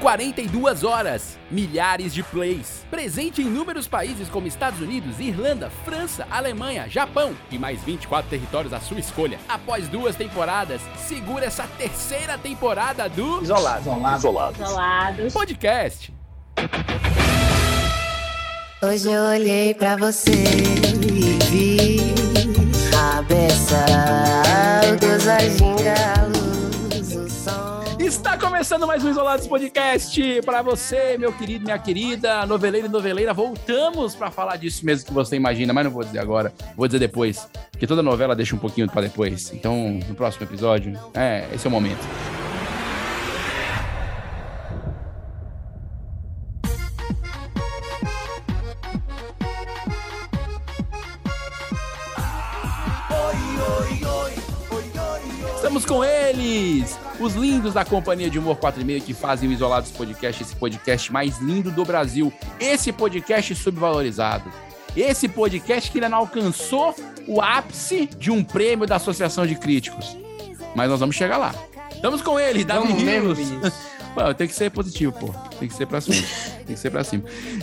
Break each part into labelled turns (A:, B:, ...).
A: 42 horas, milhares de plays. Presente em inúmeros países como Estados Unidos, Irlanda, França, Alemanha, Japão e mais 24 territórios à sua escolha. Após duas temporadas, segura essa terceira temporada do
B: Isolado.
C: Isolado.
B: Isolado.
D: Isolados.
A: podcast.
E: Hoje eu olhei pra você e vi a beça dos argingalos, o som.
A: Está começando mais um Isolados Podcast para você, meu querido, minha querida, noveleira e noveleira. Voltamos para falar disso mesmo que você imagina, mas não vou dizer agora, vou dizer depois, porque toda novela deixa um pouquinho para depois. Então, no próximo episódio, é, esse é o momento. Estamos com eles, os lindos da Companhia de Humor 46 que fazem o Isolados Podcast, esse podcast mais lindo do Brasil, esse podcast subvalorizado, esse podcast que ainda não alcançou o ápice de um prêmio da Associação de Críticos. Mas nós vamos chegar lá. Estamos com ele, Davi
C: Vamos mesmo,
A: Rios.
C: Vinícius.
A: Pô, tem que ser positivo, pô. Tem que ser pra cima. Tem que ser pra cima.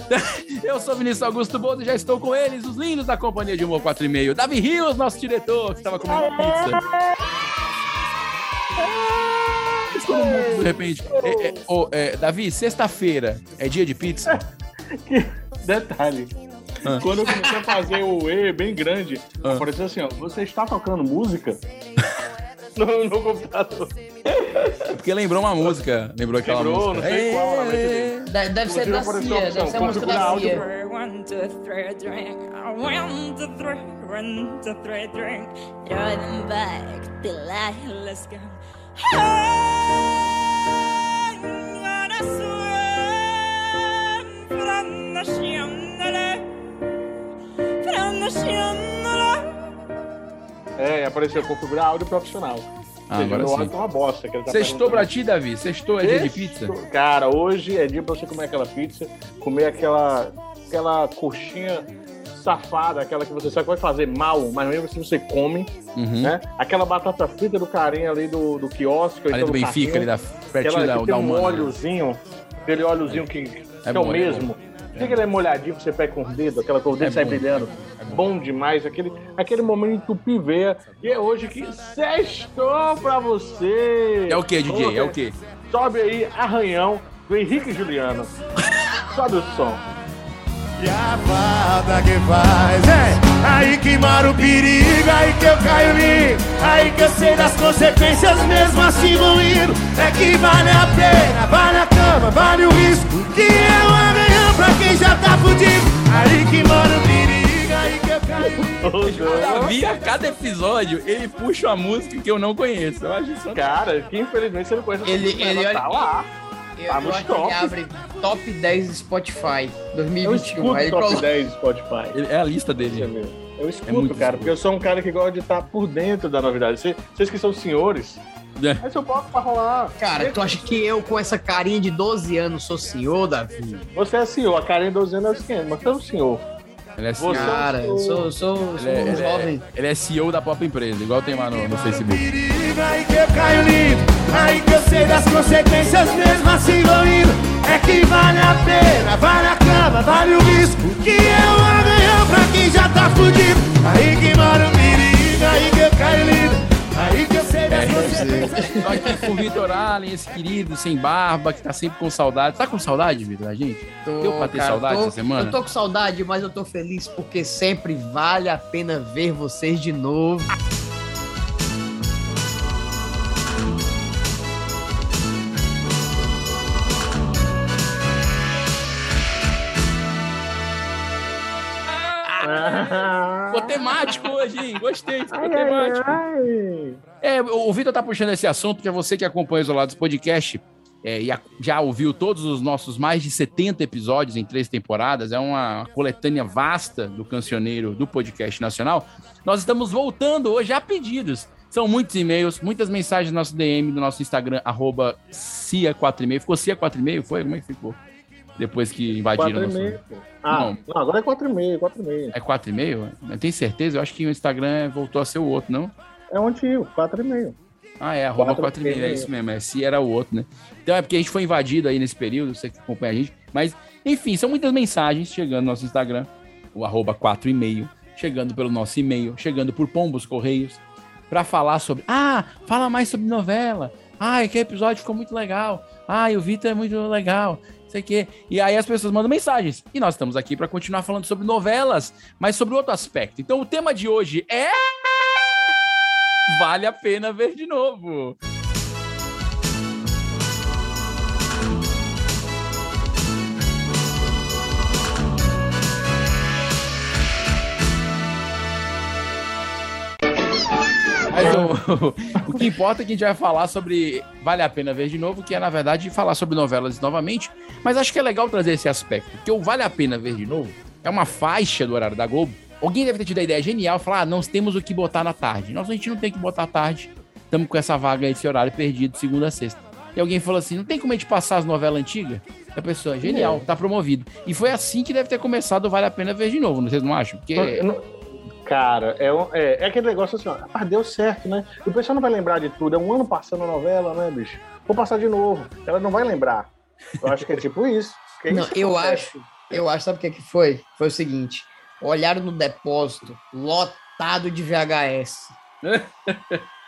A: Eu sou Vinícius Augusto Bodo e já estou com eles, os lindos da Companhia de Humor 4 e meio. Davi Rios, nosso diretor, que estava comendo uma pizza. Mas todo mundo, de repente. É, é, ô, é, Davi, sexta-feira é dia de pizza?
C: Detalhe. Quando eu comecei a fazer o E bem grande,
A: Ah.
C: apareceu assim, ó, você está tocando música? no, no computador.
A: É porque lembrou uma música. Lembrou aquela
C: Lembrou,
A: música.
C: não sei qual, mas
A: É,
C: lembrei.
F: Deve, deve ser
C: Inclusive,
F: da
C: apareceu a
F: Cia,
C: opção,
F: deve ser a música
C: configurar
F: da
C: áudio
F: Cia.
G: One, two, three, drink. One, two, three, one, two, three, drink. Throw them back till I let's go. I'm gonna swim from the chandelier, from the chandelier.
C: É, e apareceu configurar áudio profissional.
A: Ah,
C: Ou seja,
A: agora
C: meu
A: sim.
C: áudio tá uma bosta. que ele tá
A: Sextou pra
C: perguntando.
A: ti, Davi? Sextou é dia de pizza?
C: Sextou. Cara, hoje é dia pra você comer aquela pizza, comer aquela, aquela coxinha safada, aquela que você sabe que vai fazer mal, mas mesmo assim você come,
A: Uhum.
C: né? Aquela batata frita do carinha ali do, do quiosque. ou
A: Ali
C: então
A: do Benfica, ali
C: carrinho.
A: da, pertinho
C: Aquela
A: da,
C: que
A: da
C: tem um
A: Humana.
C: óleozinho, aquele óleozinho que, que é,
A: bom,
C: o
A: é
C: mesmo. Fica ele é molhadinho que você pega com o dedo, aquela que o dedo
A: É
C: sai
A: bom,
C: brilhando. bom. demais, aquele, aquele momento tupiveia. E é hoje que sextou pra você.
A: É o que,
C: Vamos
A: DJ?
C: ver.
A: É o que?
C: Sobe aí, arranhão do Henrique e Juliano. Sobe o som.
H: E a fada que faz, é aí que mora o perigo, aí que eu caio lindo, aí que eu sei das consequências, mesmo assim vou indo. É que vale a pena, vale a cama, vale o risco, que é o arranhão pra quem já tá fudido. Aí que mora o perigo, aí que eu caio lindo.
A: O Davi, a cada episódio, ele puxa uma música que eu não conheço. Eu acho isso
C: Cara, que infelizmente você não conhece essa
F: Ele-
C: música,
F: ele
C: mas
F: olha-
C: tá lá.
F: Eu,
C: Tá
F: eu
C: nos
F: acho que
C: top.
F: ele abre top 10 Spotify
C: Eu
F: 2021.
C: escuto
F: Aí ele
C: top
F: coloca. É
C: 10 Spotify.
A: Ele- É a lista
C: Deixa eu
A: dele.
C: ver. Eu escuto,
A: muito
C: cara,
A: escuto.
C: porque eu sou um cara que gosta de estar por dentro da novidade. Vocês, vocês que são senhores,
A: É.
C: mas eu boto pra rolar.
F: Cara, tu acha que eu com essa carinha de 12 anos sou senhor, Davi?
C: Você é senhor, a Karen 12 anos é o esquema, mas você é um senhor.
A: Ele é
C: Você-
A: CEO,
F: Cara, eu sou, sou,
A: ele
F: sou
A: é-
F: um
A: ele
F: jovem.
A: é- ele é CEO da própria empresa, igual tem lá no, no Facebook.
H: Perigo, aí que eu caio lindo, aí que eu sei das consequências, mesmo assim vou indo. É que vale a pena, vale a cama, vale o risco, que é o arranhão pra quem já tá fudido. Aí que mora o perigo, aí que eu caio lindo, aí que É, eu sei das consequências.
A: Tô aqui com o Vitor Allen, esse querido, sem barba, que tá sempre com saudade. Tá com saudade, Vitor, da gente?
F: Tô,
A: Deu pra ter
F: cara,
A: saudade
F: tô-
A: essa semana?
F: Eu tô com saudade, mas eu tô feliz porque sempre vale a pena ver vocês de novo.
A: Ficou temático hoje, hein? Gostei, ficou temático. É, o Vitor tá puxando esse assunto, que é você que acompanha o Isolados Podcast é, e a- já ouviu todos os nossos mais de 70 episódios em três temporadas, é uma coletânea vasta do cancioneiro do podcast nacional. Nós estamos voltando hoje a pedidos. São muitos e-mails, muitas mensagens no nosso DM, do nosso Instagram, arroba CIA4,5. Ficou CIA4,5? Foi? Como é que ficou? Depois que invadiram.
C: 4 e
A: o nosso...
C: meio. pô. Ah,
A: Não.
C: não. agora é 4 e meio, 4 e meio.
A: É 4,5? Eu tenho certeza, eu acho que o Instagram voltou a ser o outro, não?
C: É um tio, 4 e meio.
A: Ah, é, arroba
C: Quatro
A: 4 mil, é
C: PM.
A: isso mesmo. É, se era o outro, né? Então é porque a gente foi invadido aí nesse período, você que acompanha a gente. Mas, enfim, são muitas mensagens chegando no nosso Instagram, o arroba 4 e meio, chegando pelo nosso e-mail, chegando por Pombos Correios, pra falar sobre. Ah, fala mais sobre novela. Ah, que episódio ficou muito legal. Ah, e o Vitor é muito legal. não Sei o quê. E aí as pessoas mandam mensagens. E nós estamos aqui pra continuar falando sobre novelas, mas sobre outro aspecto. Então o tema de hoje é. Vale a pena ver de novo. Mas o, o que importa é que a gente vai falar sobre Vale a Pena Ver de Novo, que é, na verdade, falar sobre novelas novamente. Mas acho que é legal trazer esse aspecto, porque o Vale a Pena Ver de Novo é uma faixa do horário da Globo. Alguém deve ter tido a ideia genial, falar, ah, nós temos o que botar na tarde. Nós, a gente não tem o que botar à tarde, estamos com essa vaga, esse horário perdido, segunda a sexta. E alguém falou assim, não tem como a gente passar as novelas antigas? E A pessoa, genial, tá promovido. E foi assim que deve ter começado o Vale a Pena Ver de Novo, vocês não acham? Porque...
C: Eu não- Cara, é, um- é, é aquele negócio assim, ó. Rapaz, deu certo, né? E o pessoal não vai lembrar de tudo. É um ano passando a novela, né, bicho? Vou passar de novo. Ela não vai lembrar. Eu acho que é tipo isso. Que é
F: Não,
C: isso que
F: eu
C: acontece.
F: acho, eu acho, sabe o que, que foi? Foi o seguinte: olharam no depósito lotado de VHS.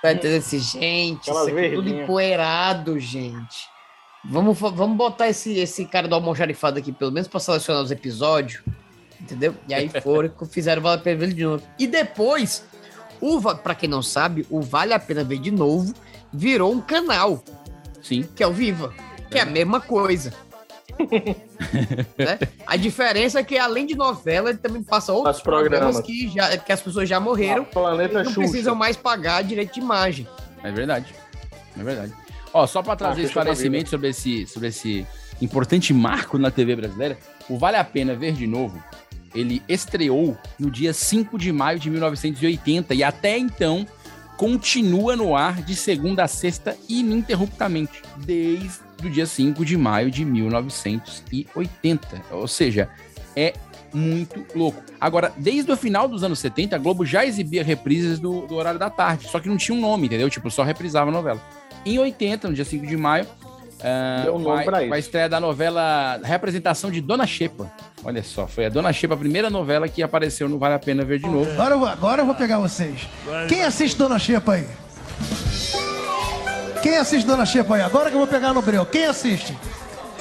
F: Tá entendendo assim, gente,
C: Aquelas
F: isso aqui é tudo
C: verdinhas.
F: empoeirado, gente. Vamos, fa- vamos botar esse, esse cara do almoxarifado aqui, pelo menos pra selecionar os episódios, entendeu? E aí foram, e fizeram Vale a Pena Ver de Novo. E depois, o, Va- pra quem não sabe, o Vale a Pena Ver de Novo virou um canal
A: Sim.
F: que é o Viva, que é a mesma coisa. Né? A diferença é que, além de novela, ele também passa outros
C: Os programas.
F: que, já, que as pessoas já
C: Ah,
F: morreram e
C: Planeta
F: não precisam
C: Xuxa.
F: mais pagar direito de imagem.
A: É verdade. É verdade. Ó, só para trazer
C: Ah, fechou na
A: esclarecimento sobre esse, sobre esse importante marco na TV brasileira, o Vale a Pena Ver de Novo, ele estreou no dia 5 de maio de 1980 e até então continua no ar de segunda a sexta ininterruptamente, desde o dia 5 de maio de 1980. Ou seja, é muito louco. Agora, desde o final dos anos 70, a Globo já exibia reprises do, do horário da tarde, só que não tinha um nome, entendeu? Tipo, só reprisava a novela. Em 80, no dia 5 de maio, ah,
C: Deu um nome
A: vai,
C: pra isso.
A: vai estreia da novela Representação de Dona Xepa. Olha só, foi a Dona Xepa a primeira novela que apareceu no Vale a Pena Ver de Novo.
B: Agora, eu vou- agora eu vou pegar vocês.
H: tá
B: Quem assiste Dona Xepa aí? Quem assiste Dona Xepa aí? Agora que eu vou pegar no breu. Quem assiste?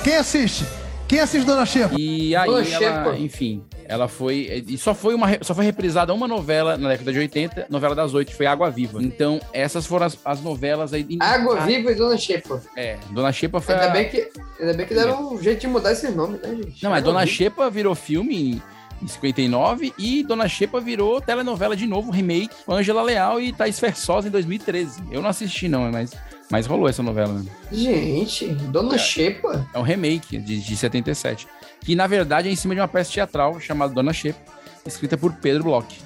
B: Quem assiste? Quem assiste Dona Xepa?
A: E aí,
F: Dona
A: ela-
F: Xepa.
A: enfim, ela foi. E só foi, uma, re- só foi reprisada uma novela na década de 80, novela das oito, foi Água Viva. Então, essas foram as, as novelas aí. Ah,
F: Viva e Dona Xepa.
A: É, Dona Xepa foi. a-
F: que, ainda bem que
A: deram
F: um jeito de mudar esse nome, né, gente?
A: Não, mas Dona Xepa virou filme em 59 e Dona Xepa virou telenovela de novo, remake, com Ângela Leal e Thaís Fersosa em 2013. Eu não assisti, não, mas, mas rolou essa novela. né?
F: Gente, Dona Xepa?
A: É um remake de, de 77. Que na verdade é em cima de uma peça teatral chamada Dona Xepa, escrita por Pedro Bloch.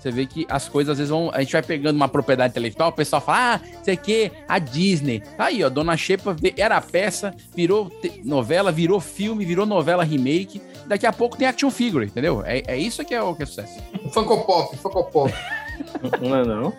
A: Você vê que as coisas às vezes vão. A gente vai pegando uma propriedade intelectual, o pessoal fala, ah, sei que, a Disney. Tá aí, ó, Dona Xepa ve- era a peça, virou te- novela, virou filme, virou novela remake. Daqui a pouco tem action figure, entendeu? É, é isso que é o que é sucesso.
F: Funko Pop, Funko Pop.
C: Não é não?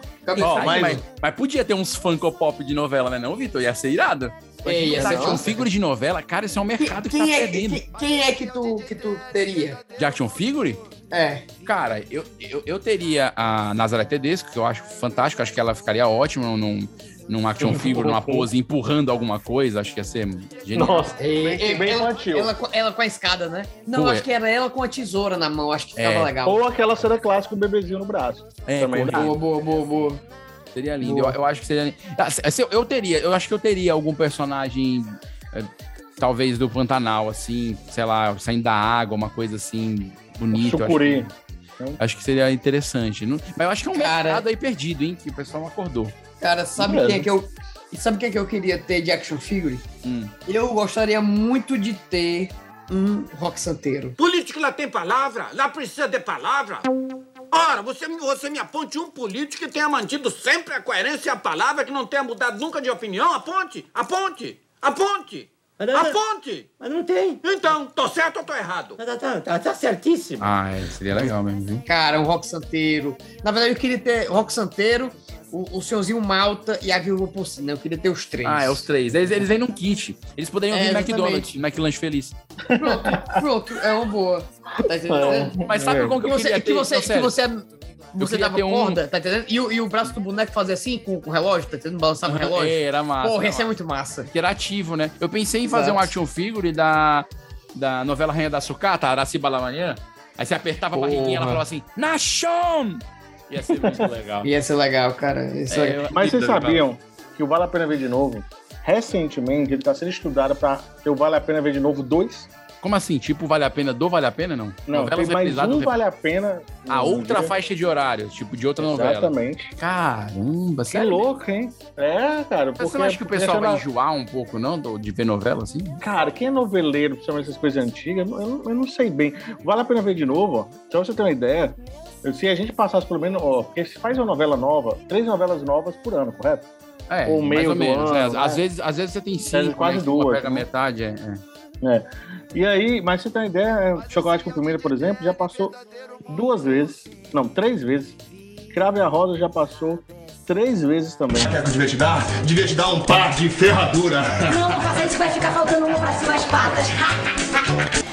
A: Ó,
C: mas-
A: mas podia ter uns Funko Pop de novela, né, não, Vitor? Ia ser irado.
F: Ei, um ia
A: Essa
F: ser
A: action
F: massa.
A: figure de novela, cara, isso é um mercado que tá perdendo.
F: que, quem é que tu, que tu teria?
A: De action figure?
F: É.
A: Cara, eu, eu, eu teria a Nazaré Tedesco, que eu acho fantástico, acho que ela ficaria ótima num- num, num action figure, numa pose, empurrando alguma coisa, acho que ia ser genial.
C: Nossa, É
A: é,
C: bem, bem
F: ela,
C: infantil.
F: ela com- ela com a escada, né? Não,
A: Ué.
F: acho que era ela com a tesoura na mão, acho que ficava
A: É.
F: legal.
C: Ou aquela cena clássica com o bebezinho no braço.
A: é,
C: também
A: corrida.
F: boa, boa, boa.
A: Seria lindo. Eu, eu acho que seria. Ah, se- se Eu, eu teria, eu acho que eu teria algum personagem, eh, talvez do Pantanal, assim, sei lá, saindo da água, uma coisa assim, bonita. eu
C: Sucuri.
A: Acho que, acho que seria interessante. Não- mas eu acho que é um
F: Cara.
A: mercado aí perdido, hein? Que o pessoal não acordou.
F: Cara, sabe
C: Mano.
F: quem é que eu. e Sabe quem é que eu queria ter de action figure?
A: Hum.
F: Eu gostaria muito de ter um rock santeiro.
D: Político lá tem palavra, lá precisa de palavra. Ora, você, me- você me aponte um político que tenha mantido sempre a coerência e a palavra, que não tenha mudado nunca de opinião. Aponte, aponte, aponte, aponte.
I: Mas não tem.
D: Então, tô certo ou tô errado?
I: Tá, tá, tá, tá certíssimo.
A: Ah, é, seria legal mesmo, viu?
F: Cara, um rock santeiro. Na verdade, eu queria ter rock santeiro, o, o senhorzinho Malta e a viúva por cima. Eu queria ter os três.
A: Ah, é os três. Eles, eles vêm num kit. Eles poderiam
F: É,
A: vir no
F: exatamente.
A: McDonald's, McLanche Feliz.
F: Pronto, pronto, é uma boa. Tá entendendo?
A: Mas sabe
C: É.
A: como que
F: Que
A: eu
F: você,
A: queria
F: que
A: ter?
F: você,
A: Não,
F: que
A: sério.
F: você, é você
A: queria
F: dava
A: ter um-
F: corda, tá entendendo? E, o- e o braço do boneco fazia assim com, com o relógio, tá entendendo? Balançava o relógio.
A: É, era massa.
F: Porra,
A: era
F: esse é muito massa.
A: interativo, né? Eu pensei em fazer
F: Exato.
A: um action figure da, da novela Rainha da Sucata, Araciba Lamanhã. Aí você apertava a barriguinha e ela falava
F: Porra.
A: assim, Nashon! Ia ser muito legal.
F: Ia ser legal, cara. Ia ser legal.
A: É, eu-
C: Mas vocês
A: eu-
C: sabiam que o Vale a Pena Ver de Novo, recentemente, ele está sendo estudado para ter o Vale a Pena Ver de Novo 2.
A: Como assim? Tipo, vale a pena do Vale a Pena, não? é
C: Não,
A: Novelas
C: tem mais
A: reprisadas
C: um
A: do-
C: Vale a Pena.
A: A
C: Não,
A: outra
C: diga-
A: faixa de horário, tipo, de outra novela.
C: Exatamente.
A: Caramba,
C: Que
A: sério?
C: louco, hein? É, cara.
A: Mas você não acha que o pessoal vai enjoar um pouco, não, do- de ver novela assim?
C: Cara, quem é noveleiro, principalmente essas coisas antigas, eu não, eu não sei bem. Vale a pena ver de novo, ó. Só pra você ter uma ideia. Se a gente passasse pelo menos, ó, porque se faz uma novela nova, três novelas novas por ano, correto?
A: É,
C: Ou meio do ano,
A: é.
C: né?
A: Às, vezes, às vezes você tem cinco,
C: quase
A: né? Uma
C: duas,
A: Pega
C: né?
A: metade, é. é.
C: E aí, mas você tem uma ideia, é, Chocolate com Primeira, por exemplo, já passou duas vezes, não, três vezes. Crave a Rosa já passou três vezes também.
H: Devia te dar, devia te dar um par de ferradura.
I: Não, não faça isso, vai ficar faltando uma pra cima as patas.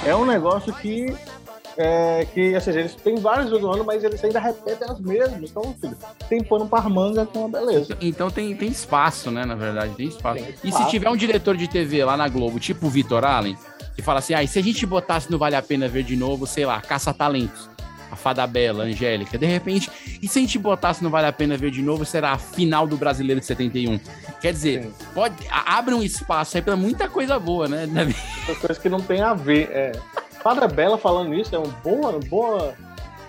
C: É um negócio que. É, que, ou seja, eles têm vários vezes no ano, mas eles ainda repetem as mesmas. Então, filho, tem pano pra manga que é uma beleza.
A: Então tem, tem espaço, né, na verdade, tem espaço.
C: Tem
A: E se
C: espaço.
A: tiver um diretor de TV lá na Globo, tipo o Vitor Allen, que fala assim, ah, e se a gente botasse no Vale a Pena Ver de Novo, sei lá, Caça-Talentos, a Fada Bela, a Angélica, de repente, e se a gente botasse no Vale a Pena Ver de Novo, será a final do Brasileiro de 71. Quer dizer,
C: Sim.
A: pode, a- abre um espaço aí pra muita coisa boa, né? na vida.
C: Essas coisas que não tem a ver. É. Padre Bela falando isso é uma boa, boa,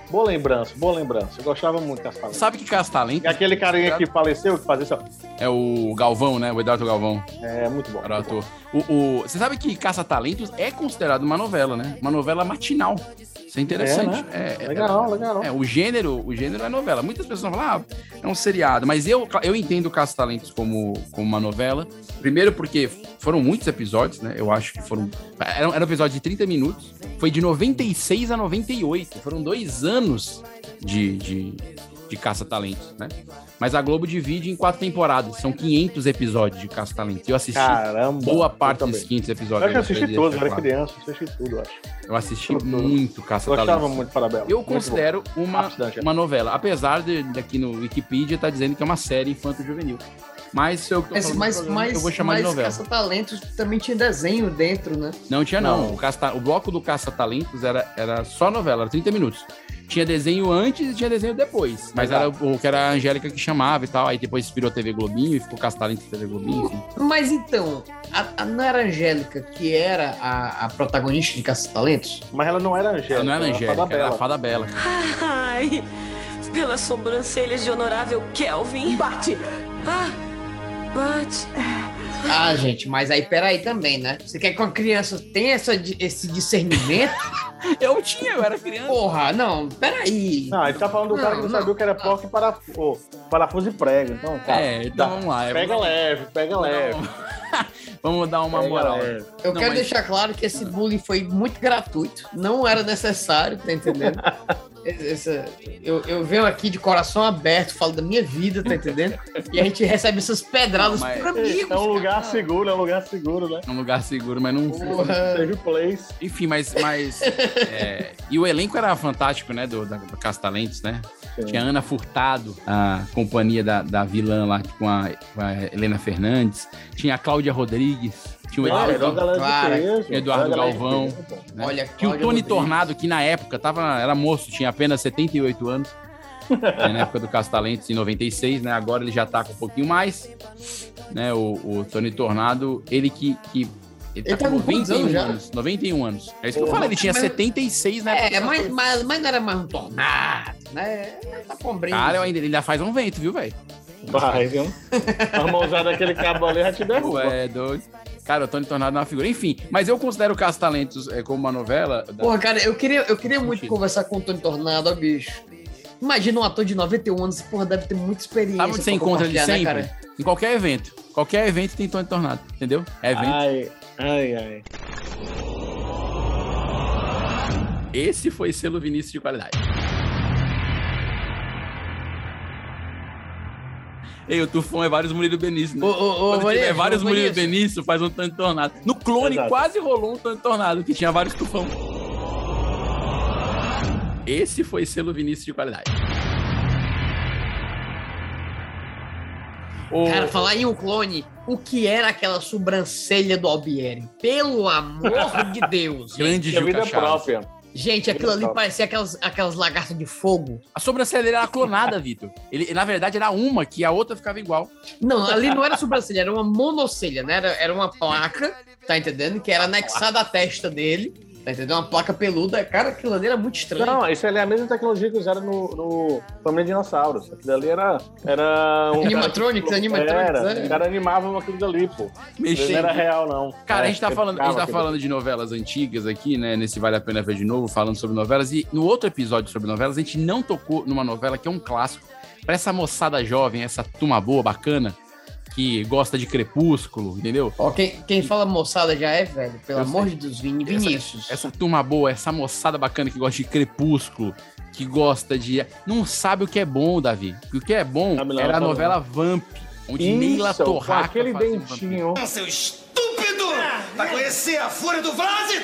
C: boa lembrança, boa lembrança. Eu gostava muito das palavras.
A: Sabe que Caça-Talentos
C: E aquele carinha que faleceu, que fazia isso, ó,
A: é o Galvão, né? O Eduardo Galvão.
C: é muito bom.
A: Era o ator. O, o- você sabe que Caça Talentos é considerado uma novela, né? Uma novela matinal. Isso é interessante.
C: É,
A: É, é-
C: Legal, legal.
A: é, o gênero, o gênero é novela. Muitas pessoas falam, ah, é um seriado. Mas eu, eu entendo Caça Talentos como, como uma novela. Primeiro porque foram muitos episódios, né? Eu acho que foram. Era, era um episódio de 30 minutos. Foi de 96 a 98. Foram dois anos de, de, de Caça Talentos, né? Mas a Globo divide em quatro temporadas. São 500 episódios de Caça Talentos. Eu assisti
C: Caramba.
A: boa
C: eu
A: parte
C: também.
A: dos 500
C: Eu
A: episódios.
C: acho que eu assisti todos, eu era
A: Claro.
C: criança, eu assisti tudo, eu acho.
A: Eu assisti
C: Tudo.
A: muito Caça
C: Gostava
A: Talentos.
C: muito de Parabela.
A: tá Eu considero uma,
C: Rápido, Angela.
A: uma novela, apesar de daqui no Wikipedia tá dizendo que é uma série infanto-juvenil. Mas eu,
F: Mas, mas, mas,
A: eu vou chamar de
F: mas
A: novela.
F: Caça-Talentos também tinha desenho dentro, né?
A: Não tinha, não.
C: Não.
A: O, Casta- o bloco do Caça Talentos era, era só novela, era 30 minutos. Tinha desenho antes e tinha desenho depois. Mas era o que era a Angélica que chamava e tal. Aí depois virou TV Globinho e ficou Caça Talentos TV Globinho. enfim.
F: Mas então, a, a não era a Angélica, que era a, a protagonista de Caça-Talentos?
C: Mas ela não era Angélica.
A: Ela não era Angélica, era a
C: Fada
A: Fada Bela.
I: Ai, pelas sobrancelhas de honorável Kelvin. Bate! Ah, bate.
F: Ah, gente, mas aí peraí também, né? Você quer que uma criança tenha essa di- esse discernimento?
A: Eu tinha, eu era criança.
F: Porra, não, peraí.
C: Não, ele tá falando do cara que não,
F: Não,
C: sabia o que era porta e parafuso, ô, parafuso e prego. Então, cara,
A: É, então vamos lá. eu
C: pega
A: vou-
C: leve, pega leve.
A: Vamos dar uma
C: pega
A: moral.
C: leve.
F: Eu
A: não,
F: quero
A: mas-
F: deixar claro que esse bullying foi muito gratuito, não era necessário, tá entendendo? Essa- eu, eu venho aqui de coração aberto, falo da minha vida, tá entendendo? E a gente recebe essas pedradas
A: Não, mas- então,
F: por amigos.
C: É um lugar
F: cara.
C: seguro, é um lugar seguro, né?
A: É um lugar seguro, mas não. né?
F: Porra.
C: Teve place.
A: Enfim, mas. mas é, E o elenco era fantástico, né? Do, da, do Castalentos, né?
C: Sim.
A: Tinha a Ana Furtado, a companhia da, da vilã lá com a, com a Helena Fernandes. Tinha a Cláudia Rodrigues. Tinha o
C: Claro,
A: Eduardo,
C: era uma galera de
F: Clara,
A: Eduardo
C: peso, era uma galera de
A: Galvão.
C: peso, pô.
A: né?
F: Olha,
A: Tinha o
F: Cláudia
A: Tony
F: Rodrigues.
A: Tornado, que na época tava, era moço, tinha apenas 78 anos. né, na época do Castalentos, em 96, né? Agora ele já tá com um pouquinho mais. Né, o, o Tony Tornado, ele que. que ele tá
F: Ele tá
A: com
F: com quantos anos
A: 91
F: já?
A: anos, 91 anos. É isso que eu
C: Porra.
A: falei, ele tinha
F: Mas-
A: 76 na época.
F: É, mas, mas, mas não era mais um tornado, né? Era Tá combrindo.
A: Cara, eu ainda, ele ainda faz um vento, viu, velho?
C: Vai, viu? A mãozada daquele cabo ali já te derruba.
A: É doido. Cara, o Tony Tornado é uma figura. Enfim, mas eu considero o Caso Talentos é, como uma novela. da-
F: Porra, cara, eu queria, eu queria muito
A: Sentido.
F: conversar com o Tony Tornado, ó, bicho. Imagina um ator de 91 anos, porra, deve ter muita experiência.
A: Sabe onde você
F: pra
A: encontra ele
F: compartilhar, né,
A: sempre? em qualquer evento. Qualquer evento tem Tony Tornado, entendeu? É evento.
C: Ai, ai, ai.
A: Esse foi selo Vinícius de qualidade. Ei, o Tufão é vários Murilo Benício. Né?
F: Ô, ô,
A: Quando
F: ô,
A: tiver
F: Maurício,
A: vários
F: ô,
A: Murilo
F: Maurício.
A: Benício, faz um tanto de tornado. No clone
C: Exato.
A: quase rolou um tanto de tornado, que tinha vários Tufão. Esse foi selo Vinícius de qualidade. Ô,
F: Cara, falar em um clone, o que era aquela sobrancelha do Albieri? Pelo amor de Deus.
A: grande
C: Tinha vida é
A: Juca Chaves.
C: própria.
F: Gente, aquilo ali
C: Legal.
F: parecia aquelas, aquelas lagartas de fogo.
A: A sobrancelha dele era clonada, Vitor. Ele, na verdade, era uma, que a outra ficava igual.
F: Não, ali não era sobrancelha, era uma monocelha, né? Era, era uma placa, tá entendendo? Que era anexada à testa dele, tá entendendo? Uma placa peluda. Cara, aquilo ali era muito estranho.
C: Não, isso ali é a mesma tecnologia que usaram no, no Família de Dinossauros. Aquilo ali era. era um
F: Animatronics, animatronics,
C: Era,
F: né?
C: o cara animava aquilo dali, pô. Não era
A: Mexendo.
C: real, não.
A: Cara, a
C: É,
A: gente tá
C: eu
A: falando, a gente
C: ficava
A: tá
C: aquilo.
A: falando de novelas antigas aqui, né? Nesse Vale a Pena Ver de Novo, falando sobre novelas. E no outro episódio sobre novelas, a gente não tocou numa novela que é um clássico. Pra essa moçada jovem, essa turma boa, bacana, que gosta de crepúsculo, entendeu?
F: Ó, quem, quem fala moçada já é velho, pelo
A: Eu
F: amor de Deus, Vini, Vinícius.
A: Essa turma boa, essa moçada bacana que gosta de crepúsculo, que gosta de. Não sabe o que é bom, Davi. O que é bom
C: Sabe não,
A: era a
C: sabe
A: novela Vamp, onde Neila
C: Isso, com
A: Torraca. assim,
C: aquele
A: fazia vampiro.
C: dentinho.
H: Seu estúpido! Vai conhecer a fúria do Vlase?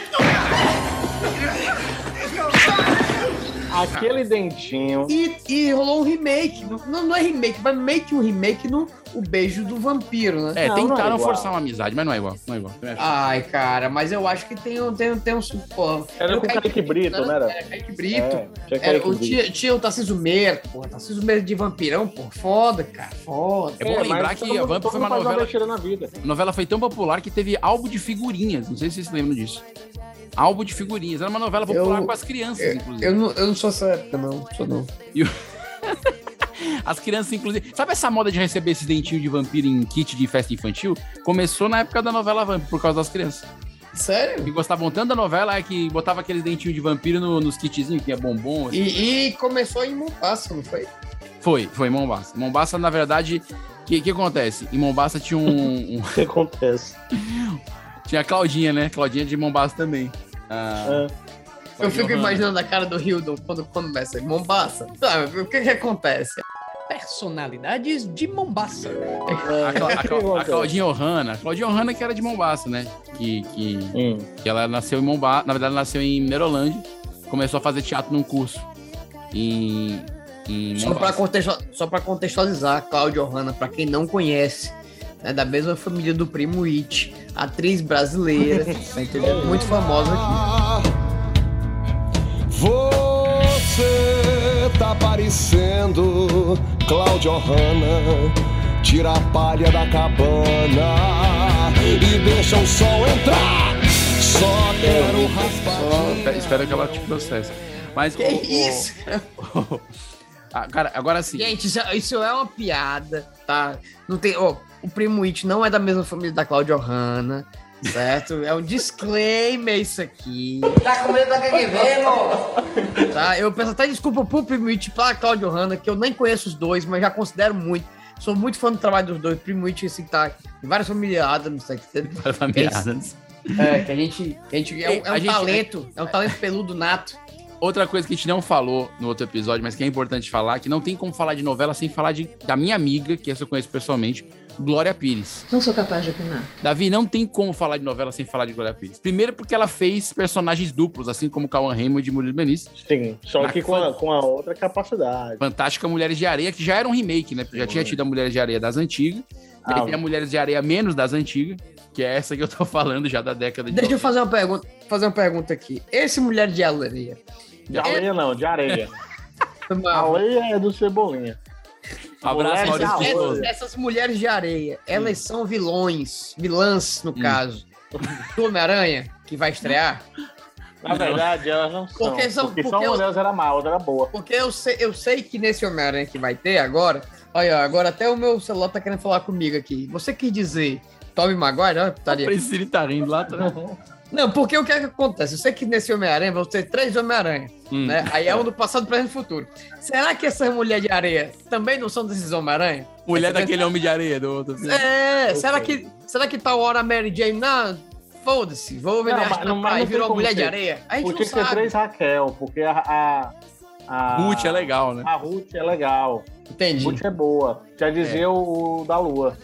C: Aquele dentinho.
F: E, e rolou um remake. Não, não não é remake, mas meio que um remake no O Beijo do Vampiro, né?
A: É,
C: Não, não é
A: tentaram
C: igual.
A: forçar uma amizade, mas não é igual. Não é igual. Eu acho.
F: Ai, cara, mas eu acho que tem um. Tem, um- tem um porra,
C: Era com o Kaique Brito, né? Era?
F: Era Kaique Brito.
C: É, tinha
F: Era,
C: Kaique
F: o-
C: Brito.
F: tinha, tinha o Tarcísio Meira, porra. Tarcísio Meira de vampirão, porra. Foda, cara. Foda.
A: É bom
C: mas
A: lembrar que
C: todo
A: a
C: mundo-
A: Vamp
C: todo
A: foi
C: mundo
A: uma
C: faz
A: novela-
C: besteira na vida.
A: A novela foi tão popular que teve álbum de figurinhas. Não sei se vocês se lembram disso. Álbum de figurinhas. Era uma novela popular
F: Eu-
A: com as crianças, inclusive.
F: Eu não, eu não sou essa época, não. Sou não.
A: As crianças, inclusive. Sabe essa moda de receber esses dentinhos de vampiro em kit de festa infantil? Começou na época da novela Vamp, por causa das crianças.
F: Sério?
A: Que gostavam tanto da novela é que botava aqueles dentinhos de vampiro no- nos kitzinhos, que é bombom. assim.
F: E, e começou em Mombasa, não foi?
A: Foi, foi em Mombasa. Mombasa, na verdade, o que, que acontece? Em Mombasa tinha um, um-
C: O que acontece?
A: Tinha a Claudinha, né? Claudinha de Mombasa também. Ah,
F: Eu fico
A: Johanna.
F: imaginando a cara do Hildon quando começa em Mombasa. Sabe, o que que acontece? Personalidades de Mombasa.
A: A, Cla- a,
C: Que
A: Cla- a
C: acontece?
A: Claudinha Ohana. A Claudinha Ohana que era de Mombasa, né? Que, que,
C: Hum.
A: que ela nasceu em Mombasa. Na verdade, ela nasceu em Merolândia. Começou a fazer teatro num curso. Em, em
F: Só pra,
A: Mombasa.
F: contextua- só pra contextualizar, Cláudia Ohana, pra quem não conhece, é da mesma família do primo It, atriz brasileira, tá entendendo? muito famosa
A: Ah,
F: aqui.
H: Você tá parecendo Cláudio Hanna. Tira a palha da cabana e deixa o sol entrar. Só quero raspar.
A: Espero- Espero que ela te processe. Mas.
F: Que
A: ô, ô,
F: É isso?
A: ah, cara, agora sim.
F: Gente, isso, isso é uma piada, tá? Não tem, ó, o primo It não é da mesma família da Cláudia Ohana, certo? É um disclaimer isso aqui.
E: Tá com medo da KGB, mo?
F: Tá, eu peço até desculpa pro Primit, pra Claudio Hanna, que eu nem conheço os dois, mas já considero muito. Sou muito fã do trabalho dos dois. Primit, assim, que tá em várias familiadas, não sei o que.
A: Para familiares.
F: É, que a gente. que a gente é, um- é
A: A
F: um
A: gente-
F: talento, é um talento peludo nato.
A: Outra coisa que a gente não falou no outro episódio, mas que é importante falar, que não tem como falar de novela sem falar de, da minha amiga, que essa eu conheço pessoalmente, Glória Pires.
J: Não sou capaz de opinar.
A: Davi, não tem como falar de novela sem falar de Glória Pires. Primeiro porque ela fez personagens duplos, assim como Cauan Raymond e Murilo Benício.
C: Sim, só
A: Na
C: que com a, com a outra capacidade.
A: Fantástica Mulheres de Areia, que já era um remake, né? Porque já tinha tido a Mulheres de Areia das antigas.
C: Ah,
A: Daí tem a Mulheres de Areia menos das antigas, que é essa que eu tô falando já da década de...
F: Deixa eu fazer uma pergunta, fazer uma pergunta aqui. Esse mulher de alegria.
C: De
A: É.
C: areia não, de areia. A
F: uma-
C: areia é do Cebolinha.
A: Abraço,
C: Mulheres de
A: Maurício
C: Areia.
A: de Souza.
F: Essas, essas mulheres de areia, elas são vilões, vilãs, no caso. Do Homem-Aranha, que vai estrear.
C: Na verdade, elas não são.
F: Porque são-
C: porque só
F: porque
C: uma
F: eu-
C: delas era má, a outra era boa.
F: Porque eu sei, eu sei que nesse Homem-Aranha que vai ter agora. Olha, ó, agora até o meu celular tá querendo falar comigo aqui. Você quis dizer Tobey Maguire? Olha,
A: A
F: putaria.
A: Priscila tá rindo lá atrás.
F: Não, porque o que é que acontece? Eu sei que nesse Homem-Aranha vão ter três Homem-Aranha,
A: Hum.
F: né? Aí é um do passado, presente e futuro. Será que essas mulheres de areia também não são desses Homem-Aranha?
A: Mulher daquele Homem de Areia do outro.
C: Hum.
A: filme.
F: É, será que, será que tal hora a Mary Jane, não, foda-se, vou vender
C: Não,
F: a
C: mas-
F: na
C: não, mas
F: praia e
C: não tem
F: virou
C: como
F: mulher de
C: ser.
F: areia? A gente
C: Porque tinha
F: não
C: que ter
F: sabe.
C: três Raquel, porque a, a, A
A: Ruth é legal, né?
C: A Ruth é legal.
F: Entendi.
C: Ruth é boa. Já dizia o, o da Lua.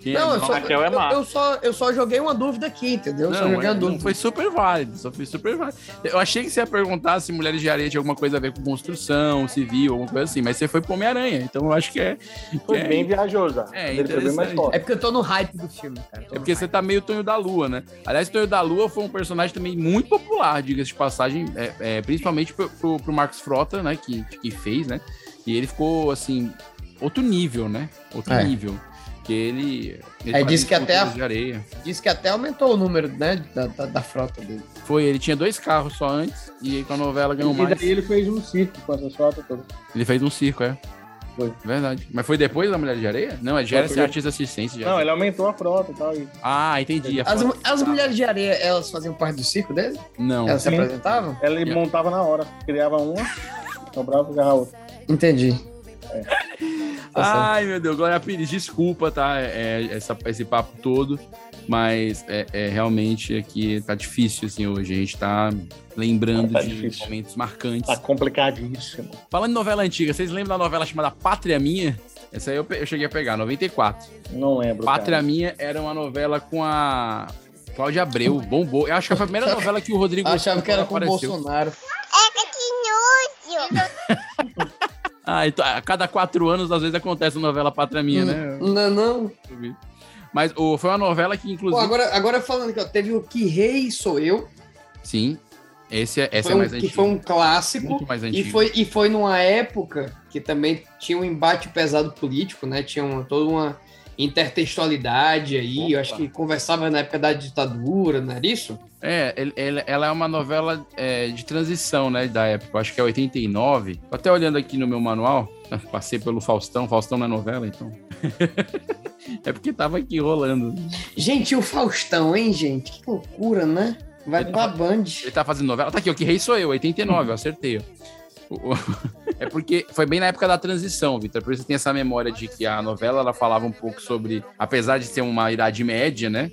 A: Que
F: Não, eu
A: é-
F: só,
C: Raquel é
F: eu,
C: má.
F: eu só, eu só joguei uma dúvida aqui, entendeu? Eu só
A: Não,
F: joguei
A: é-
F: uma
A: não,
F: dúvida.
A: foi super válido, só foi super válido. Eu achei que você ia perguntar se Mulheres de Areia tinha alguma coisa a ver com construção, civil, alguma coisa assim, mas você foi pro Homem-Aranha, então eu acho que é.
C: Foi
A: é,
C: bem viajosa.
A: é
C: Ele foi bem mais
A: interessante.
C: forte.
F: É porque eu tô no hype do filme, cara.
A: É porque você tá meio Tonho da Lua, né? Aliás, Tonho da Lua foi um personagem também muito popular, diga-se de passagem, é, é, principalmente pro, pro, pro Marcos Frota, né? Que, que fez, né? E ele ficou, assim, outro nível, né? Outro
F: É.
A: nível. Que ele. ele
F: Aí
A: fazia
F: diz que
A: isso com
F: até a-
A: Tonho de areia.
F: Diz que até aumentou o número, né, da, da, da frota dele.
A: Foi, ele tinha dois carros só antes, e aí com a novela ganhou
C: E
A: mais.
C: daí ele fez um circo com essas fotos todas.
A: Ele fez um circo, é.
C: Foi.
A: Verdade. Mas foi depois da Mulher de Areia? Não, é Gera
C: Foi,
A: ser
C: foi.
A: artista assistente.
C: Não, ele aumentou a frota e tal. E...
A: Ah, entendi. a
F: As,
A: foto.
F: mu- as mulheres de areia, elas faziam parte do circo dele?
A: Não.
F: Elas se
C: É tá. Sim.
F: apresentavam?
C: Ela
A: Yeah.
C: montava na hora. Criava uma, sobrava e agarrava outra.
F: Entendi.
C: É.
F: Tá
A: Ai, meu Deus, Glória Pires, desculpa, tá? É, essa, esse papo todo, mas é, é, realmente aqui tá difícil, assim, hoje. A gente tá lembrando
C: Tá
A: de
C: difícil.
A: momentos marcantes.
C: Tá complicadíssimo.
A: Falando em novela antiga, vocês lembram da novela chamada Pátria Minha? Essa aí eu, pe- eu cheguei a pegar, 94.
C: Não lembro.
A: Pátria
C: cara.
A: Minha era uma novela com a Cláudia Abreu, bombou. Eu acho que foi a primeira novela que o Rodrigo
F: Achava que era com o
A: apareceu.
F: Bolsonaro.
A: Ah, então, a cada quatro anos, às vezes, acontece uma novela Pátria Minha, né?
F: Não, não.
A: Mas ô, foi uma novela que, inclusive...
F: Pô, agora, agora falando que ó, teve o Que Rei Sou Eu,
A: Sim. Esse é, essa
F: foi
A: é
F: um-
A: mais
F: que
A: antiga.
F: foi um clássico.
A: Muito mais
F: E
A: antiga.
F: foi, e foi numa época que também tinha um embate pesado político, né? Tinha uma, toda uma intertextualidade aí. Eu acho que conversava na época da ditadura, não era isso?
A: É, ele- ele- ela é uma novela é, de transição, né, da época. Acho que é 89. Tô até olhando aqui no meu manual. Passei pelo Faustão. Faustão na novela, então. é porque tava aqui rolando.
F: Gente, e o Faustão, hein, gente? Que loucura, né? Vai
A: Ele
F: pra Band.
A: Ele tá fazendo novela. Tá aqui, o que rei sou eu, 89, eu acertei. ó. O- o- é porque foi bem na época da transição, Vitor. Por isso tem essa memória de que a novela ela falava um pouco sobre, apesar de ser uma idade média, né?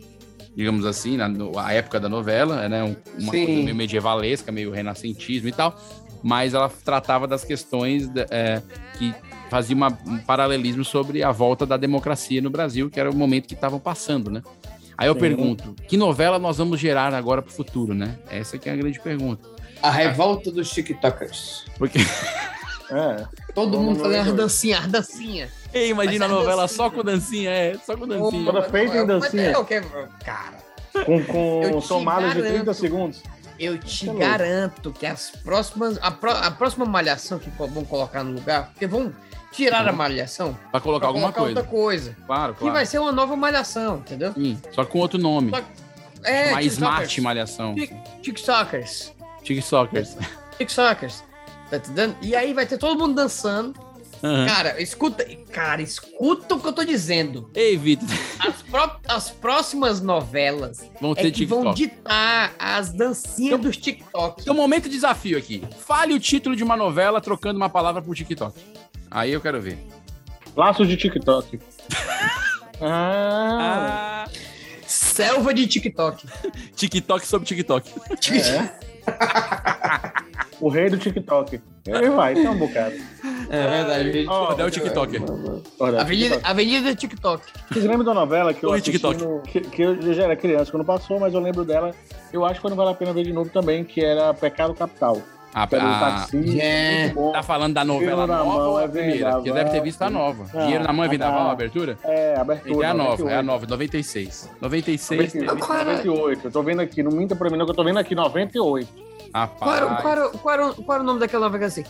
A: Digamos assim, na no- a época da novela, né? um- uma
F: Sim.
A: coisa meio medievalesca, meio renascentismo e tal. Mas ela tratava das questões da- é, que fazia uma- um paralelismo sobre a volta da democracia no Brasil, que era o momento que estavam passando, né? Aí eu
C: Sim.
A: pergunto, que novela nós vamos gerar agora pro futuro, né? Essa que é a grande pergunta.
F: A revolta dos TikTokers.
A: Porque
C: É.
F: Todo
C: Vamos
F: mundo fazendo
C: nós
F: as
C: dois.
F: dancinhas, as dancinhas.
A: Ei, imagina a
F: Mas é
A: novela
F: dancinha.
A: só com dancinha, é, só com dancinha.
C: Toda feita em dancinha.
F: Mas é o que- Cara,
C: Com,
F: Eu
C: com
F: te
C: somadas de
F: garanto.
C: 30 segundos.
F: eu te
C: Tá louco.
F: garanto que as próximas. A, pró- a próxima malhação que co- vão colocar no lugar, porque vão tirar a malhação pra
A: Pra colocar alguma coisa.
F: outra coisa.
A: Claro,
F: Que vai
A: claro.
F: ser uma nova malhação, entendeu?
A: Sim, só com outro nome.
F: Só- É,
A: Uma Smart
F: TikTokers.
A: Malhação.
F: TikTokers.
A: TikTokers.
F: TikTokers. Tá entendendo? E aí vai ter todo mundo dançando.
A: Aham.
F: Cara, escuta. Cara, escuta o que eu tô dizendo.
A: Ei, Vitor,
F: As, pró- as próximas novelas
A: vão
F: é
A: ter
F: que vão
A: TikTok.
F: ditar as dancinhas dos TikTok.
A: Então, momento de desafio aqui. Fale o título de uma novela trocando uma palavra por TikTok. Aí eu quero ver.
C: Laços de TikTok. ah,
F: Selva de TikTok.
A: TikTok sobre TikTok.
C: o rei do TikTok. Ele vai, tem um bocado.
F: É verdade.
C: Ó,
A: Cadê o TikToker?
C: olha,
F: Avenida,
C: TikTok.
F: Avenida TikTok.
C: Vocês lembram da novela que eu
A: Oi,
C: assisti
A: TikTok.
C: no- que, que eu já era criança quando passou, mas eu lembro dela. Eu acho que não vale a pena ver de novo também, que era Pecado Capital.
A: Ah,
C: Que era um
A: ah,
C: taxista.
F: é.
C: muito bom.
A: tá falando da novela
C: Dinheiro na
A: nova
C: mão
A: ou a
C: é
A: primeira? Porque
C: vendaval.
A: deve ter visto a nova.
C: Ah,
A: Dinheiro na mão é
C: ah,
A: vendaval,
C: tá.
A: a abertura?
C: É,
A: Então
C: abertura.
A: é a nova, é a
C: 98.
A: nova, 96. 96 teve.
C: 98, 98, eu tô vendo aqui, não minta pra mim não, que eu tô vendo aqui, 98.
F: Qual
C: é
A: Rapaz.
F: era, qual, era, qual, era, qual era o nome daquela novela assim?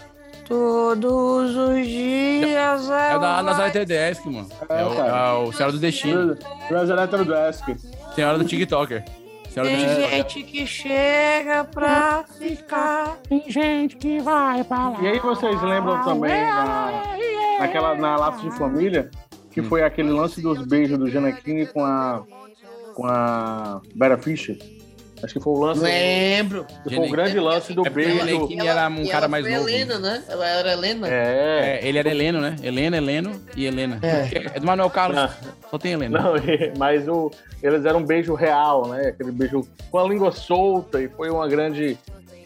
F: Todos os dias.
A: É o da
F: ela
A: Nazaré Tedesco, mano.
C: É,
A: É o, é
C: cara.
A: o Senhora do Destino.
C: Brasileira Desk.
A: Senhora do TikToker. Senhora do
F: Tem
A: TikToker.
F: gente que chega pra ficar.
C: E aí vocês lembram também da,
G: é,
C: naquela, na Laços de Família, que
A: Hum.
C: foi aquele lance dos beijos do Janequine com a com a Vera Fischer? Acho que foi o lance,
F: Lembro.
C: que foi Tipo, o grande lance do
A: É porque
C: beijo.
A: o Janequine era um
F: e
A: cara
F: ela
A: mais
F: foi
A: novo.
F: Helena, né? Ela era Helena.
C: É.
A: É, ele era Heleno, né? Helena, Heleno e Helena.
F: É.
A: É, do Manuel Carlos.
C: Não.
A: Só tem Helena.
C: Ah. Não, mas o, eles eram um beijo real, né? Aquele beijo com a língua solta e foi uma grande